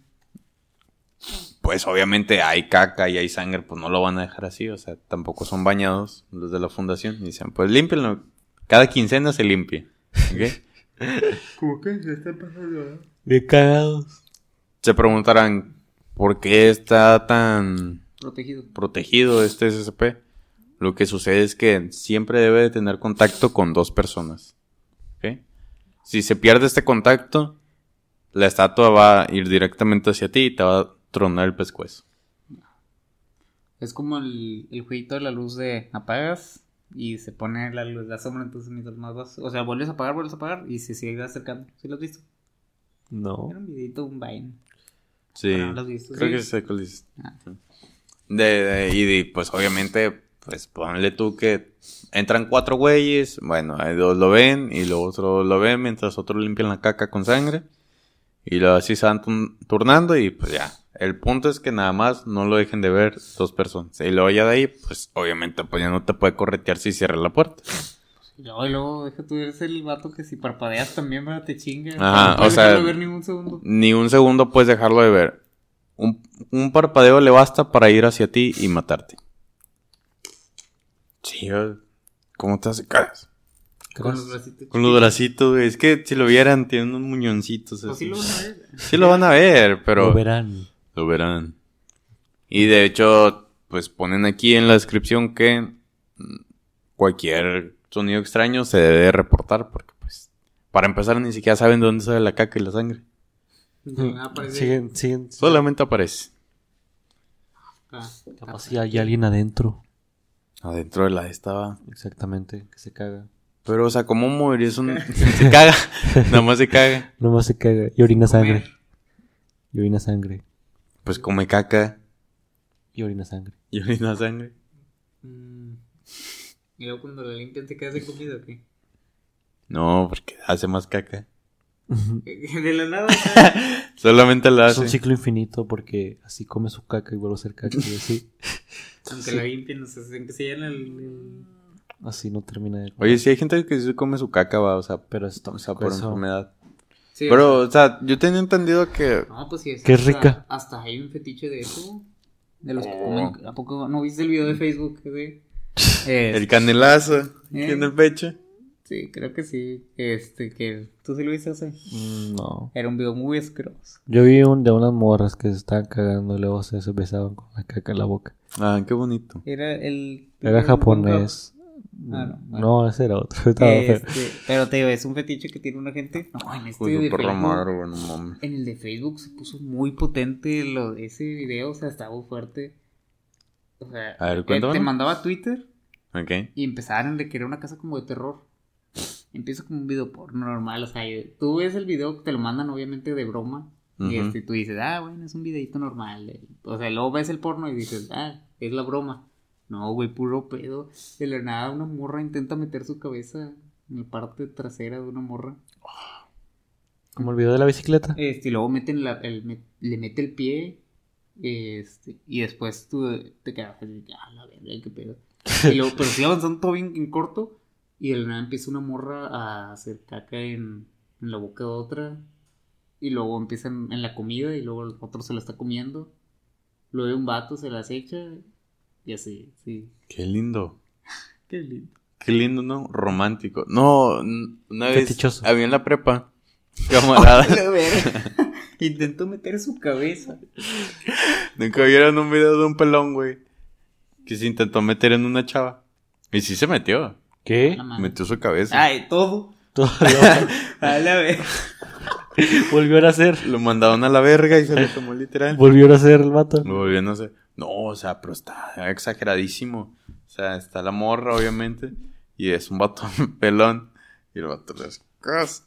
pues obviamente hay caca y hay sangre, pues no lo van a dejar así. O sea, tampoco son bañados los de la fundación. Y dicen, pues límpienlo. Cada quincena se limpia. ¿ok? Como que se está pasando. (laughs) Bien cagados. Se preguntarán, ¿por qué está tan Protegido. protegido este SCP. Lo que sucede es que siempre debe de tener contacto con dos personas. ¿ok? Si se pierde este contacto, la estatua va a ir directamente hacia ti y te va a tronar el pescuezo. Es como el, el jueguito de la luz de apagas y se pone la luz, la sombra, entonces mientras más vas. O sea, vuelves a apagar, vuelves a apagar y se sigue acercando. ¿Sí lo has visto? No. Era un videito, un vain. Sí. Ah, ¿lo has visto? Creo Sí. que sé cuál dices. Ah. De, de- y de- pues obviamente, pues ponle tú que entran cuatro güeyes, bueno, hay dos lo ven y los otros lo ven mientras otros limpian la caca con sangre. Y lo así se van tun- turnando y pues ya. El punto es que nada más no lo dejen de ver dos personas. Y luego ya de ahí, pues obviamente pues ya no te puede corretear si cierras la puerta. Y luego, y luego, deja tú, eres el vato que si parpadeas también, ¿verdad? Te chinga. Ajá, no puedes o sea- dejarlo ver ni un segundo. Ni un segundo puedes dejarlo de ver. Un, un parpadeo le basta para ir hacia ti y matarte. Sí, eh, ¿cómo te hace caras? Con los bracitos. Con los bracitos, güey. Es que si lo vieran, tienen unos muñoncitos. Pues sí así. lo van a (laughs) ver. Sí lo van a ver, pero Lo verán. lo verán. Y de hecho, pues ponen aquí en la descripción que mm, cualquier sonido extraño se debe reportar porque pues para empezar ni siquiera saben de dónde sale la caca y la sangre. "Ah, De nada aparece. Siguen, siguen. Solamente aparece. Ah, Capaz si hay alguien adentro. Adentro de la estaba. Exactamente, que se caga. Pero, o sea, ¿cómo moverías un. (laughs) se caga. Nada más se caga. Nomás se caga y orina sangre. Y orina sangre. Pues come caca Y orina sangre. y orina sangre. Mm. Y luego cuando la limpian te quedas de comida, ¿o qué? No, porque hace más caca. (laughs) De la nada. (laughs) ¿sabes? Solamente la Es un hace. ciclo infinito porque así come su caca y vuelve a ser caca y así. Aunque la limpien, no sé, se se llena el, el- Así no termina de Oye, sí hay gente que sí come su caca, va, o sea, Pero es o sea tóxico por eso. enfermedad. Sí, o Pero, o sea, yo tenía entendido que. No, pues sí, es Qué hasta- rica. Hasta hay un fetiche de eso. De los que Oh. comen. ¿A poco no viste el video de Facebook? (laughs) güey? Eh, El canelazo aquí en el pecho. Sí, creo que sí. Este, que tú sí lo viste hace. Mm, No. Era un video muy asqueroso. Yo vi un de unas morras que se estaban cagando y luego se se besaban con la caca en la boca. Ah, qué bonito. Era el. Era japonés. Ah, no, bueno. No, ese era otro. (laughs) Estaba feo. Este, pero te digo, es un fetiche que tiene una gente. No, en este Uy, de Pues, perro Facebook- amargo, no mames. En el de Facebook se puso muy potente lo de ese video, o sea, estaba muy fuerte. O sea, A ver, eh, cuéntame. te mandaba a Twitter Ok. y empezaron de que era una casa como de terror. Empieza como un video porno normal, o sea, y tú ves el video que te lo mandan obviamente de broma y Ujú. este, tú dices, ah, bueno, es un videito normal. eh. O sea, luego ves el porno y dices, ah, es la broma. No, güey, puro pedo. De la nada una morra intenta meter su cabeza en la parte trasera de una morra. Como el video de la bicicleta. Este, y luego meten la- el met- le mete el pie. Este, y después tú te quedas así, ah, la verga, qué pedo. Y luego, pero sí avanzando todo bien en corto. Y de la nada empieza una morra a hacer caca en, en la boca de otra. Y luego empiezan en la comida. Y luego el otro se la está comiendo. Luego un vato se las echa. Y así, sí. Qué lindo. Qué lindo. Qué lindo, ¿no? Romántico. No, n- una vez Fetichoso. había en la prepa (laughs) camaradas. La verga. Intentó meter su cabeza. Nunca vieron un video de un pelón, güey, que se intentó meter en una chava. Y sí se metió. ¿Qué? (laughs) La madre. Metió su cabeza. Ah. Ay, todo. Todo (laughs) lo A la verga. volvió a hacer. Lo mandaron a la verga y se lo tomó literal. Volvió a hacer el vato. Lo volvió, no sé. No, o sea, pero está exageradísimo. O sea, está la morra, obviamente. Y es un vato (laughs) pelón. Y el vato le hace, "Cas".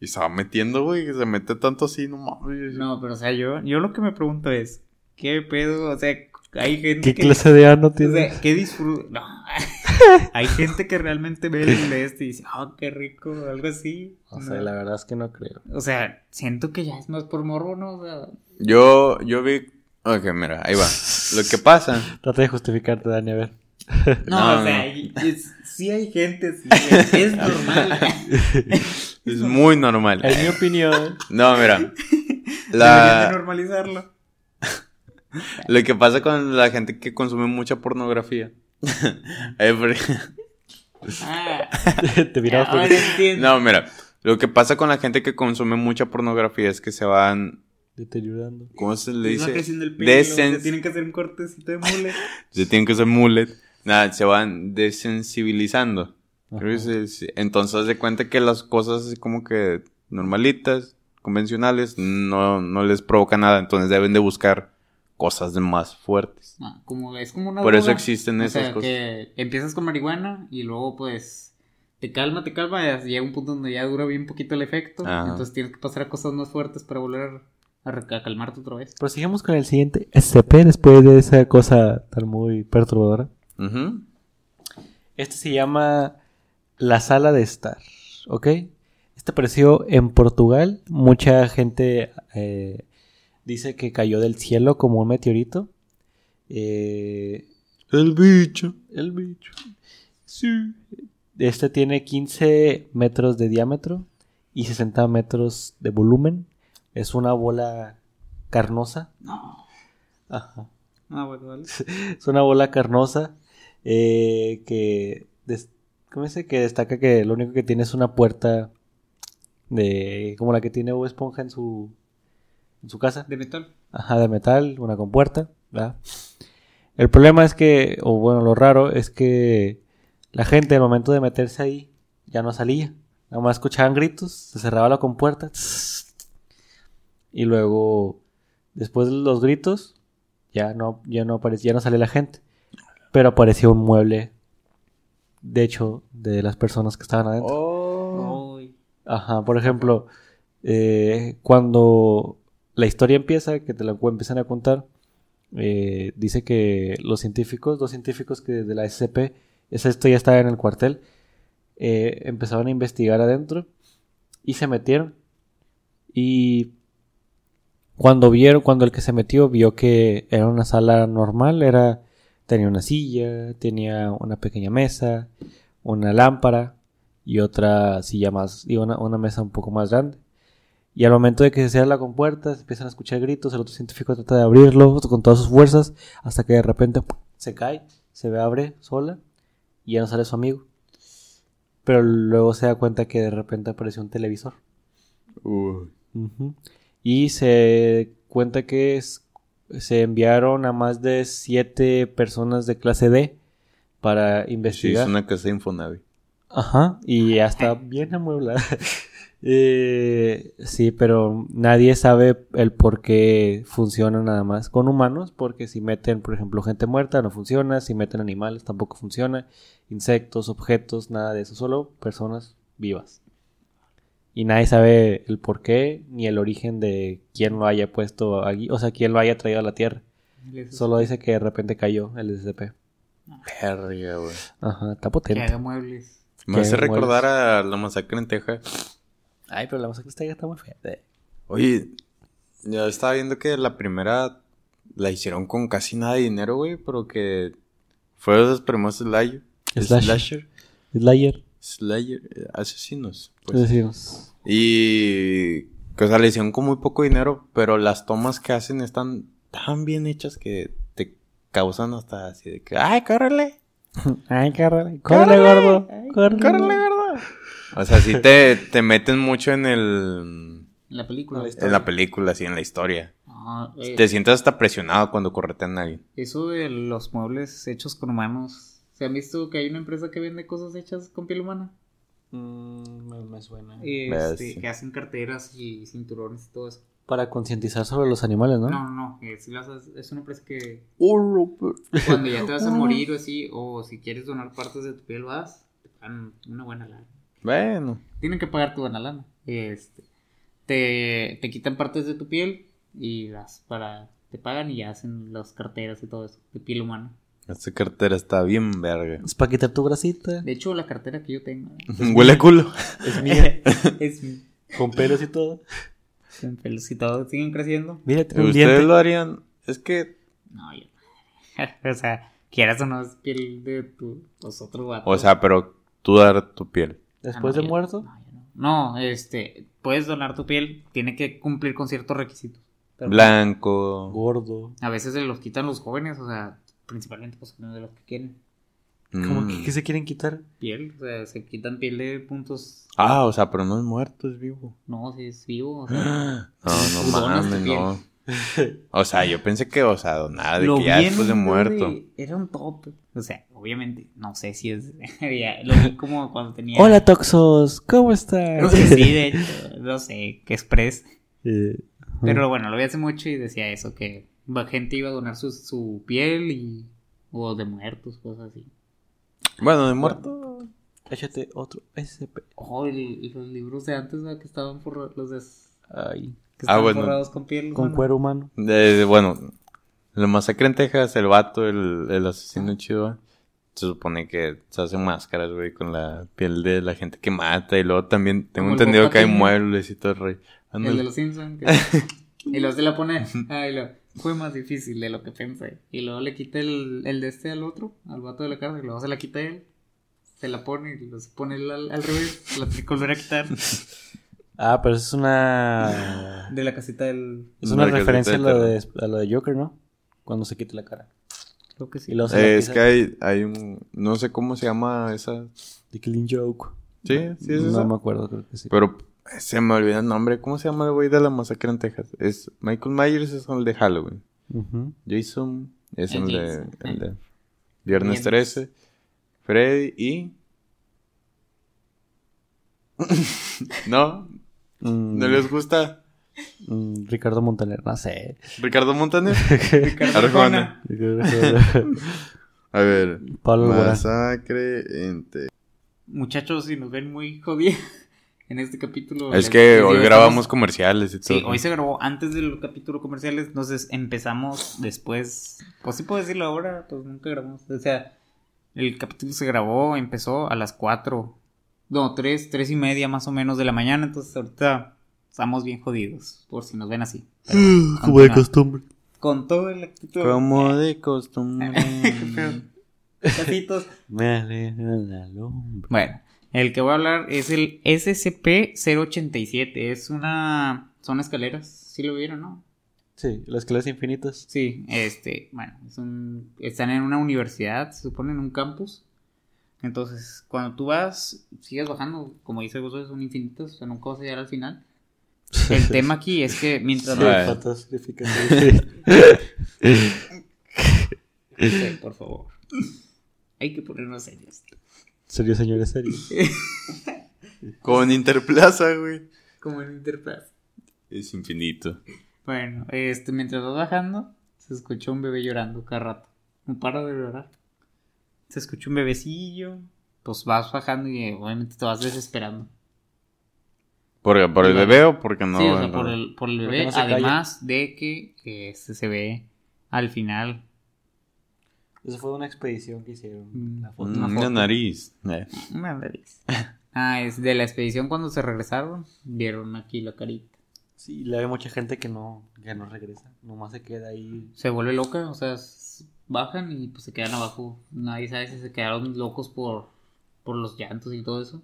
Y se va metiendo, güey. que Se mete tanto así, no mames. No, pero o sea, yo, yo lo que me pregunto es, ¿qué pedo? O sea, hay gente ¿Qué que... clase de ano o tiene? sea, que disfruta... (laughs) No. hay gente que realmente ve el de este y dice, oh, qué rico, o algo así. O No. sea, la verdad es que no creo. O sea, siento que ya es más por morbo, ¿no? O sea, Yo, yo vi. Ok, mira, ahí va. Lo (laughs) que pasa. Trata de justificarte, Dani, a ver. no, No, o sea, no. y- es- sí hay gente, sí, (laughs) es, es normal. Es muy normal. En mi opinión. (laughs) No, (laughs) mira. Deberían de La, (laughs) normalizarlo. lo que pasa con la gente que consume mucha (laughs) pornografía. Eh, por- Ah, Te miraba ahora feliz. entiendo. pues, no, mira. Lo que pasa con la gente que consume mucha pornografía es que se van. deteriorando. ¿Cómo se le Les va dice? creciendo el pelo, se Desens- tienen que hacer un cortecito de mule. Se tienen que hacer mullet. Nada, se van desensibilizando. Creo que Ajá. se- se- entonces de cuenta que las cosas así como que normalitas, convencionales, no, no les provoca nada. Entonces deben de buscar cosas de más fuertes. No, Ah, como, es como una Por eso droga. existen O esas sea, cosas. que empiezas con marihuana y luego pues te calma, te calma, y llega un punto donde ya dura bien poquito el efecto, Ajá. entonces tienes que pasar a cosas más fuertes para volver a, re- a calmarte otra vez. Prosigamos con el siguiente SCP después de esa cosa tan muy perturbadora. Ujú. Este se llama La Sala de Estar, ¿ok? Este apareció en Portugal. Mucha gente eh, dice que cayó del cielo como un meteorito. Eh, El bicho. el bicho. Sí. Este tiene 15 metros de diámetro y 60 metros de volumen. Es una bola carnosa. No. Ajá. Ah, bueno, (laughs) vale. Es una bola carnosa eh, que, des- ¿cómo dice? que destaca que lo único que tiene es una puerta de como la que tiene Bob Esponja en su, en su casa. De metal. Ajá, de metal, una con puerta. ¿verdad? El problema es que, o bueno, lo raro es que la gente al momento de meterse ahí ya no salía. Nada más escuchaban gritos, se cerraba la compuerta. Y luego, después de los gritos, Ya no, ya no aparecía, ya no sale la gente. Pero apareció un mueble, de hecho, de las personas que estaban adentro. Oh. Oh. Uy. Ajá, por ejemplo, eh, cuando la historia empieza, que te la cu- empiezan a contar, eh, dice que los científicos, dos científicos que de la SCP, esa- esto ya estaba en el cuartel, eh, empezaron a investigar adentro y se metieron. Y cuando vieron, cuando el que se metió vio que era una sala normal, era tenía una silla, tenía una pequeña mesa, una lámpara y otra silla más, y una, una mesa un poco más grande. Y al momento de que se cierra la compuerta, se empiezan a escuchar gritos, el otro científico trata de abrirlo con todas sus fuerzas, hasta que de repente ¡pum! se cae, se abre sola, y ya no sale su amigo. Pero luego se da cuenta que de repente apareció un televisor. Uy. Ujú. Y se cuenta que es- se enviaron a más de siete personas de clase D para Sí, investigar. es una casa de Infonavit. Ajá, y ya está bien amueblada. (laughs) Eh, sí, pero nadie sabe el por qué funciona nada más con humanos, porque si meten, por ejemplo, gente muerta, no funciona, si meten animales, tampoco funciona, insectos, objetos, nada de eso, solo personas vivas. Y nadie sabe el por qué ni el origen de quién lo haya puesto aquí, o sea, quién lo haya traído a la Tierra. Solo dice que de repente cayó el SCP. Verga, güey. Ajá, está Que haga potente. muebles. Me hace Qué recordar a la masacre en Texas. Ay, pero la masacre está ya está muy fea. Oye, ya estaba viendo que la primera la hicieron con casi nada de dinero, güey, pero que fue de los primeros slayer. Slasher. Slasher. Slayer. Slayer, eh, asesinos, pues. Pues, decimos. Y que, o sea, le hicieron con muy poco dinero, pero las tomas que hacen están tan bien hechas que te causan hasta así de que, ¡ay, córrele! Ay, córrele, córrele, gordo. Córrele. ¡Córrele, gordo! O sea, sí te, te meten mucho en el... La película. En la película, Este sí, en la historia. Ah, eh, Te sientes hasta presionado cuando corretean a alguien. Eso de los muebles hechos con humanos. ¿Se han visto que hay una empresa que vende cosas hechas con piel humana? me, suena. Ah, Este, sí. Que hacen carteras y cinturones y todo eso. Para concientizar sobre los animales, ¿no? No, no, no. eh, sí las haces- es una empresa que cuando ya te (laughs) vas a morir o así, o si quieres donar partes de tu piel, vas, te pagan una buena lana. Bueno. Tienen que pagar tu buena lana. Este, te, te quitan partes de tu piel y las para... Te pagan y hacen las carteras y todo eso de piel humana. Esta cartera está bien verga. Es para quitar tu grasita. De hecho, la cartera que yo tengo (laughs) Huele a culo. Es mía. (laughs) es mi- con pelos y todo. Con pelos y todo, siguen creciendo. Mira, tiene un (laughs) Ustedes diente. lo harían. Es que. No, yo. (laughs) o sea, quieras o no es piel de tu pues, otro vato. O sea, pero tú dar tu piel. Después Ah, de no, yo- muerto. No, yo no. No, este, puedes donar tu piel, tiene que cumplir con ciertos requisitos. Pero Blanco. Gordo. A veces se los quitan los jóvenes, o sea, principalmente pues no de los que quieren Como mm. que, ¿qué se quieren quitar? piel, o sea, se quitan piel de puntos. Ah, o sea, pero no es muerto, es vivo. No, si es vivo, o sea, (gasps) No, no Tú donas tu mames, piel. (laughs) no. O sea, yo pensé que, o sea, donar Ah, de lo que ya bien después de muerto. Era un top. O sea, obviamente, no sé si es. (laughs) ya, lo vi como cuando tenía. Hola, Toxos. ¿Cómo Creo estás? que (laughs) sí, de hecho, no sé, que Express. (laughs) Eh, ajá. Pero bueno, lo vi hace mucho y decía eso, que va- gente iba a donar su, su piel y... o de muertos, cosas así. Bueno, de muerto. Échate otro SCP. Oh, y, y los libros de antes, ¿verdad? Que estaban forrados, los de... Ay. Que Ah, estaban bueno. forrados con piel. Con humana. cuero humano. Eh, bueno, la masacre en Texas, el vato, el, el asesino chido, ¿eh? se supone que se hacen máscaras, güey, con la piel de la gente que mata. Y luego también tengo Como el entendido Bob que hay Patiño. muebles y todo el rey. Ah, no, El de los (laughs) Simpsons. y luego se la pone... Ah, y luego, Fue más difícil de lo que pensé. Y luego le quita el, el de este al otro, al vato de la cárcel. Y luego se la quita él. Se la pone y los pone él al, al revés. Se la tiene que volver a quitar. Ah, pero es (laughs) una. De la casita del... Es una Una caseta referencia a de lo, de, a lo de Joker, ¿no? Cuando se quita la cara. Creo que sí. Y luego se eh, la es pisa- que hay, hay un. No sé cómo se llama esa. The Killing Joke. Sí, sí, es no esa. me acuerdo, creo que sí. Pero eh, se me olvidó el nombre. ¿Cómo se llama el güey de la masacre en Texas? Es Michael Myers es el de Halloween. Ujú. Jason es El el, Ah, Jason, de, el ajá. de Viernes Viernes. 13. Freddy y... (laughs) no, Mm, no les gusta. Mm, Ricardo Montaner, no (laughs) sé. Ricardo Montaner. Ricardo Arjona. Arjona. A ver. Pablo Alborán. Masacre en Te- Muchachos, si nos ven muy jodidos (laughs) en este capítulo. Es les- que les hoy digo, grabamos estamos- comerciales y todo. Sí, hoy se grabó antes del capítulo comerciales, entonces empezamos después. Pues sí puedo decirlo ahora, pues nunca grabamos. O sea, el capítulo se grabó, empezó a las 4, no, 3, 3 y media más o menos de la mañana, entonces ahorita estamos bien jodidos, por si nos ven (sighs) así. Pero Como de continúa. costumbre. Con todo el actitud. (laughs) Como de costumbre. Casitos. Me alegra la lumbre. Bueno, el que voy a hablar es el SCP-087. Es una. Son escaleras. Sí lo vieron, ¿no? Sí, las clases infinitas. Sí, este. Bueno, es un- están en una universidad, se supone en un campus. Entonces, cuando tú vas, sigues bajando, como dice Gozo, son infinitos, o sea, nunca vas a llegar al final. El tema aquí es que (laughs) mientras Sí. vas- (laughs) Fantasmificación. Sí, por favor. Hay que ponernos serios. Serio, señores, serio. Con Interplaza, güey. Como en Interplaza. Es infinito. Bueno, este, mientras vas bajando, se escuchó un bebé llorando cada rato. No para de llorar. Se escuchó un bebecillo. Pues vas bajando y eh, obviamente te vas desesperando. ¿Por, por el bebé o porque no? sí, o sea, no? por el, por el Porque bebé. no se calla. además de que eh, este se ve al final. Eso fue una expedición que hicieron. Mm. La foto. una Mm, Una foto. nariz. Eh. Una nariz. (laughs) Ah, es de la expedición cuando se regresaron. Vieron aquí la carita. Sí, le hay mucha gente que no, que no regresa. Nomás se queda ahí. Se vuelve loca, o sea, s- bajan y pues se quedan abajo. Nadie sabe si se quedaron locos por, por los llantos y todo eso.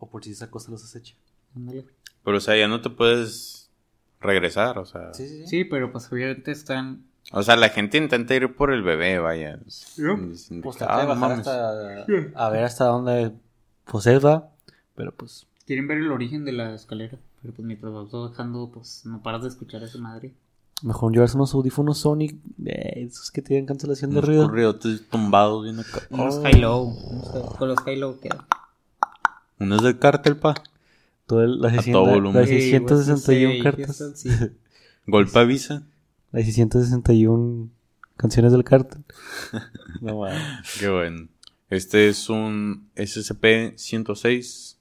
O por si esa cosa los acecha. Ándale. Pero, o sea, ya no te puedes regresar, o sea. sí. Sí, pero pues obviamente están. O sea, la gente intenta ir por el bebé, vaya. Yup. Es indicado, Pues trata de bajar "Ah, mames. hasta. (laughs) A ver hasta dónde poseba. Pero pues. Quieren ver el origen de la escalera. Pero pues mientras vas bajando, pues no paras de escuchar a su madre. Mejor llevarse unos audífonos Sonic. eh, esos que tienen cancelación de Unos ruido. corriotes tumbados bien acá. Unos Oh. high-low. unos hi- Con los high-low queda. Unos del cártel, pa. Todo el- las, A 600 todo volumen. las 661 Eh, Sí, cartas. (laughs) Houston, sí. Golpe avisa. Las 661 canciones del (laughs) cartel. No mames. Qué bueno. Este es un SCP-106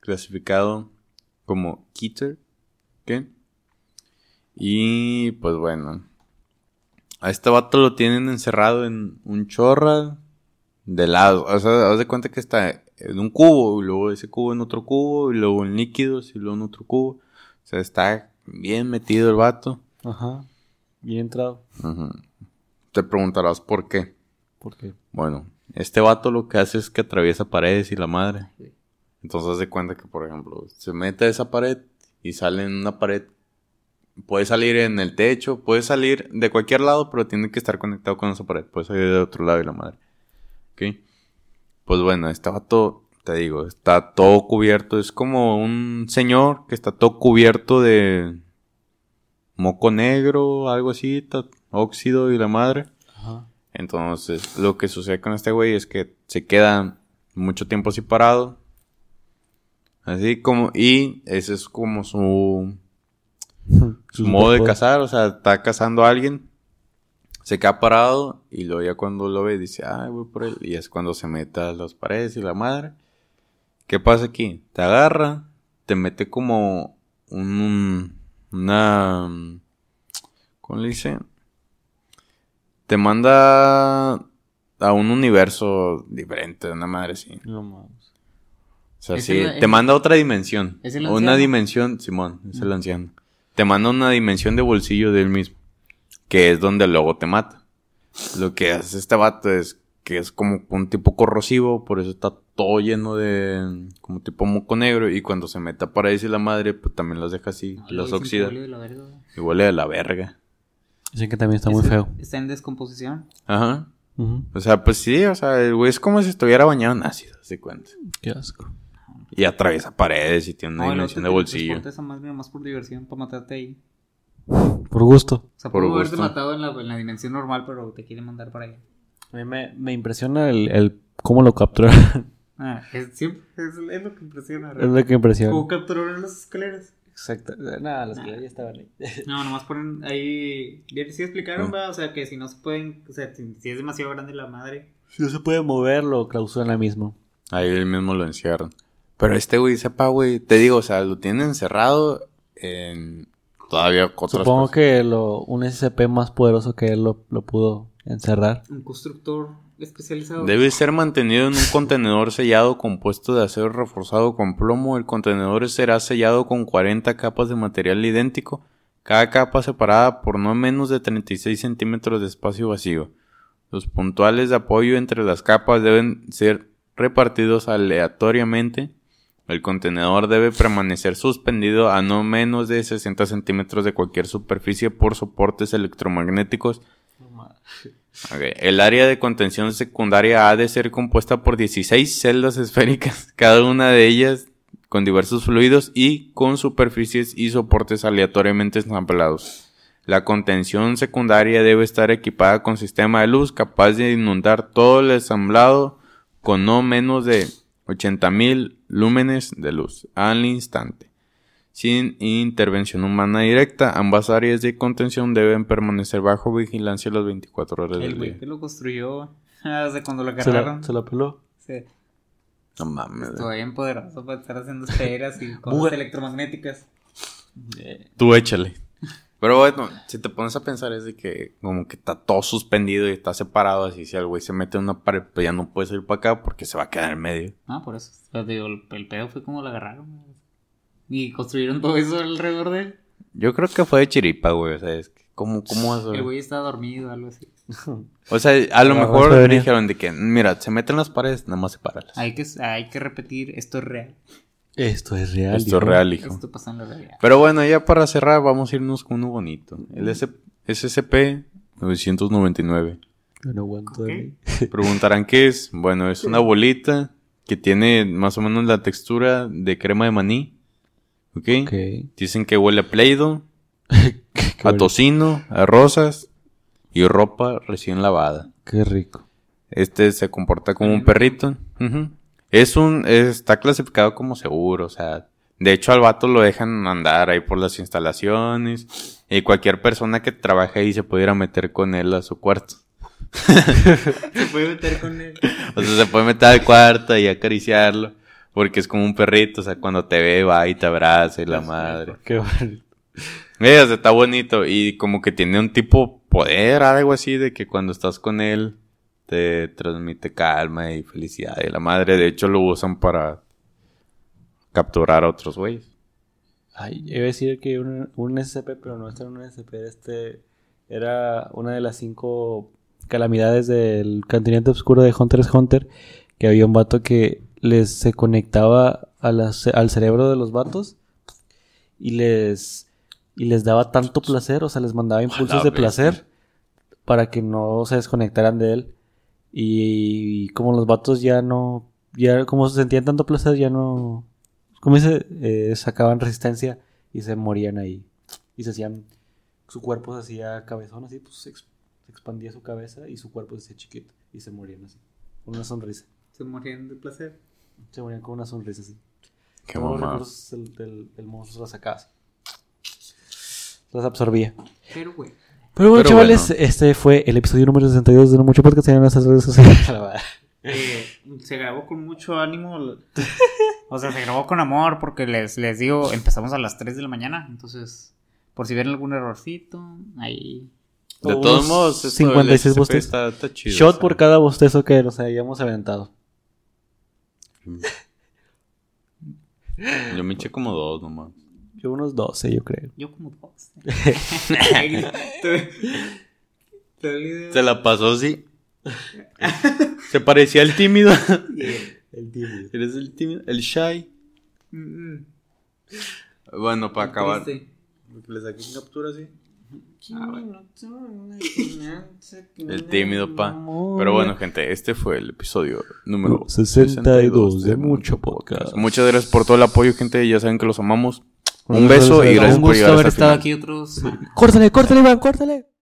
clasificado como Keter. ¿Qué? Y pues bueno. A este vato lo tienen encerrado en un chorra de lado. O sea, haz de cuenta que está en un cubo, y luego ese cubo en otro cubo, y luego en líquidos, y luego en otro cubo. O sea, está bien metido el vato. Ajá. Bien entrado. Ujú. Te preguntarás por qué. Porque. Bueno, este vato lo que hace es que atraviesa paredes y la madre. Entonces haz de cuenta que, por ejemplo, se mete a esa pared y sale en una pared. Puede salir en el techo, puede salir de cualquier lado, pero tiene que estar conectado con esa pared. Puede salir de otro lado y la madre. ¿Ok? Pues bueno, este vato, te digo, está todo cubierto. Es como un señor que está todo cubierto de moco negro, algo así, ta- óxido y la madre. Ajá. Entonces, lo que sucede con este güey es que se queda mucho tiempo así parado. Así como, y ese es como su, su modo de cazar, o sea, está cazando a alguien. Se queda parado y luego ya cuando lo ve dice, ay, voy por él. Y es cuando se mete a las paredes y la madre. ¿Qué pasa aquí? Te agarra, te mete como un, una... ¿Cómo le dicen? Te manda a un universo diferente, una madre así. No mames. O sea, Es sí, el- te manda a otra dimensión. ¿Es el una anciano? dimensión, Simón, es el anciano. Te manda a una dimensión de bolsillo de él mismo, que es donde luego te mata. Lo que hace este vato es que es como un tipo corrosivo, por eso está todo lleno de como tipo moco negro y cuando se mete a paredes y la madre, pues también los deja así, No, los dicen Ah, que oxida huele de la verga. y huele de la verga. Dicen que también está muy Ese- feo. Está en descomposición. Ajá. Ujú. O sea, pues sí, o sea, el güey es como si estuviera bañado en ácido, se cuenta. Qué asco. Y atraviesa paredes y tiene una No, el otro dimensión de te bolsillo. transporta esa madre nomás por diversión, para matarte ahí. Por gusto. O sea, Por pudo haberte gusto. matado en la, en la dimensión normal, pero te quieren mandar para allá. A mí me, me impresiona el, el cómo lo (laughs) capturaron. Ah, es, siempre- es- es lo que impresiona. es lo que impresiona. ¿Cómo capturaron las escaleras? Exacto. Nada, las que ya estaban ahí. No, nomás ponen ahí. Bien, sí explicaron, Ah. Mm. va, o sea, que si no se pueden, o sea, si, si es demasiado grande la madre. Si no se puede mover, lo clausuran mismo. Ahí él mismo lo encierran. Pero este güey, sepa, güey, te digo, o sea, lo tienen encerrado en todavía otras Supongo cosas. que lo, un SCP más poderoso que él lo, lo pudo encerrar. Un constructor especializado. Debe ser mantenido en un contenedor sellado compuesto de acero reforzado con plomo. El contenedor será sellado con 40 capas de material idéntico, cada capa separada por no menos de 36 centímetros de espacio vacío. Los puntuales de apoyo entre las capas deben ser repartidos aleatoriamente. El contenedor debe permanecer suspendido a no menos de 60 centímetros de cualquier superficie por soportes electromagnéticos Ok, El área de contención secundaria ha de ser compuesta por 16 celdas esféricas, (laughs) cada una de ellas con diversos fluidos y con superficies y soportes aleatoriamente ensamblados. La contención secundaria debe estar equipada con sistema de luz capaz de inundar todo el ensamblado con no menos de 80.000 lúmenes de luz al instante. Sin intervención humana directa, ambas áreas de contención deben permanecer bajo vigilancia las 24 horas El del día. güey que lo construyó. (laughs) ah, Desde cuando lo Se la, agarraron. se la peló. Se- No mames. Estoy bien poderoso para estar haciendo esferas (laughs) y cosas Bueno. electromagnéticas. Tú échale. Pero bueno, si te pones a pensar es de que como que está todo suspendido y está separado así. Si el güey se mete en una pared, pues ya no puede salir para acá porque se va a quedar en medio. Ah, por eso. Pero te digo, el, el pedo fue como lo agarraron. güey. Y construyeron todo eso alrededor de él. Yo creo que fue de chiripa, güey. O sea, es que ¿cómo, cómo eso? El güey estaba dormido, algo así. O sea, a lo No, mejor no me debería. dijeron de que, mira, se meten las paredes, nada más sepáralas. Hay que, hay que repetir, esto es real. Esto es real. Esto hijo. es real, hijo. Esto pasó en la realidad. Pero bueno, ya para cerrar, vamos a irnos con uno bonito. El SCP-999. Yo no aguanto de mí. Preguntarán qué es. Bueno, es una bolita que tiene más o menos la textura de crema de maní. ¿Ok? Ok. Qué Dicen que huele a pleido, a bueno. tocino, a rosas y ropa recién lavada. Qué rico. Este se comporta como un perrito. Ujú. Es un. Está clasificado como seguro, o sea. De hecho, al vato lo dejan andar ahí por las instalaciones. Y cualquier persona que trabaje ahí se pudiera meter con él a su cuarto. Se puede meter con él. O sea, se puede meter al cuarto y acariciarlo. Porque es como un perrito, o sea, cuando te ve va y te abraza y la madre. Qué bueno. Eh, o sea, está bonito y como que tiene un tipo poder, algo así, de que cuando estás con él te transmite calma y felicidad y la madre. De hecho, lo usan para capturar a otros güeyes. Ay, iba a decir que un, un SCP, pero no este era un SCP. era Este era una de las cinco calamidades del continente oscuro de Hunter x Hunter. Que había un vato que les se conectaba a las- al cerebro de los vatos y les, y les daba tanto placer, o sea, les mandaba impulsos de bestia. placer para que no se desconectaran de él. Y, como los vatos ya no, ya como se sentían tanto placer, ya no, como dice, Eh, sacaban resistencia y se morían ahí. Y se hacían, su cuerpo se hacía cabezón así, pues se, ex- se expandía su cabeza y su cuerpo se hacía chiquito y se morían así, con una sonrisa. Se morían de placer. Se morían con una sonrisa así. Qué Todos los mamá. recursos del, del- del monstruo los sacaba así. Los absorbía. Pero, güey. Pero bueno, Pero chavales, bueno. este fue el episodio número 62 de No Mucho Podcast. Tienen nuestras redes (laughs) sociales. eh, se grabó con mucho ánimo. (laughs) O sea, se grabó con amor porque les, les digo, empezamos a las 3 de la mañana. Entonces, por si ven algún errorcito, ahí. De todos Unos modos, esto del 56 SCP bostezos. está, está chido. o Shot sea. por cada bostezo que nos hayamos aventado. Yo me eché como dos nomás. Yo unos 12, yo creo. Yo como (laughs) dos. (laughs) Te- te olvido. Se la pasó así. se parecía al tímido. Eh, El tímido. (laughs) ¿Eres el tímido? El shy. mm, mm, Bueno, para acabar. triste. ¿Le saqué captura así? Ah, El El tímido, pa. Pero bueno, gente, este fue el episodio número 62 de Mucho Podcast. Muchas gracias por todo el apoyo, gente. Ya saben que los amamos. Un Un beso beso, y un gracias Un por gusto llegar haber hasta el estado final. aquí otros Córtale, córtale, Iván, córtale.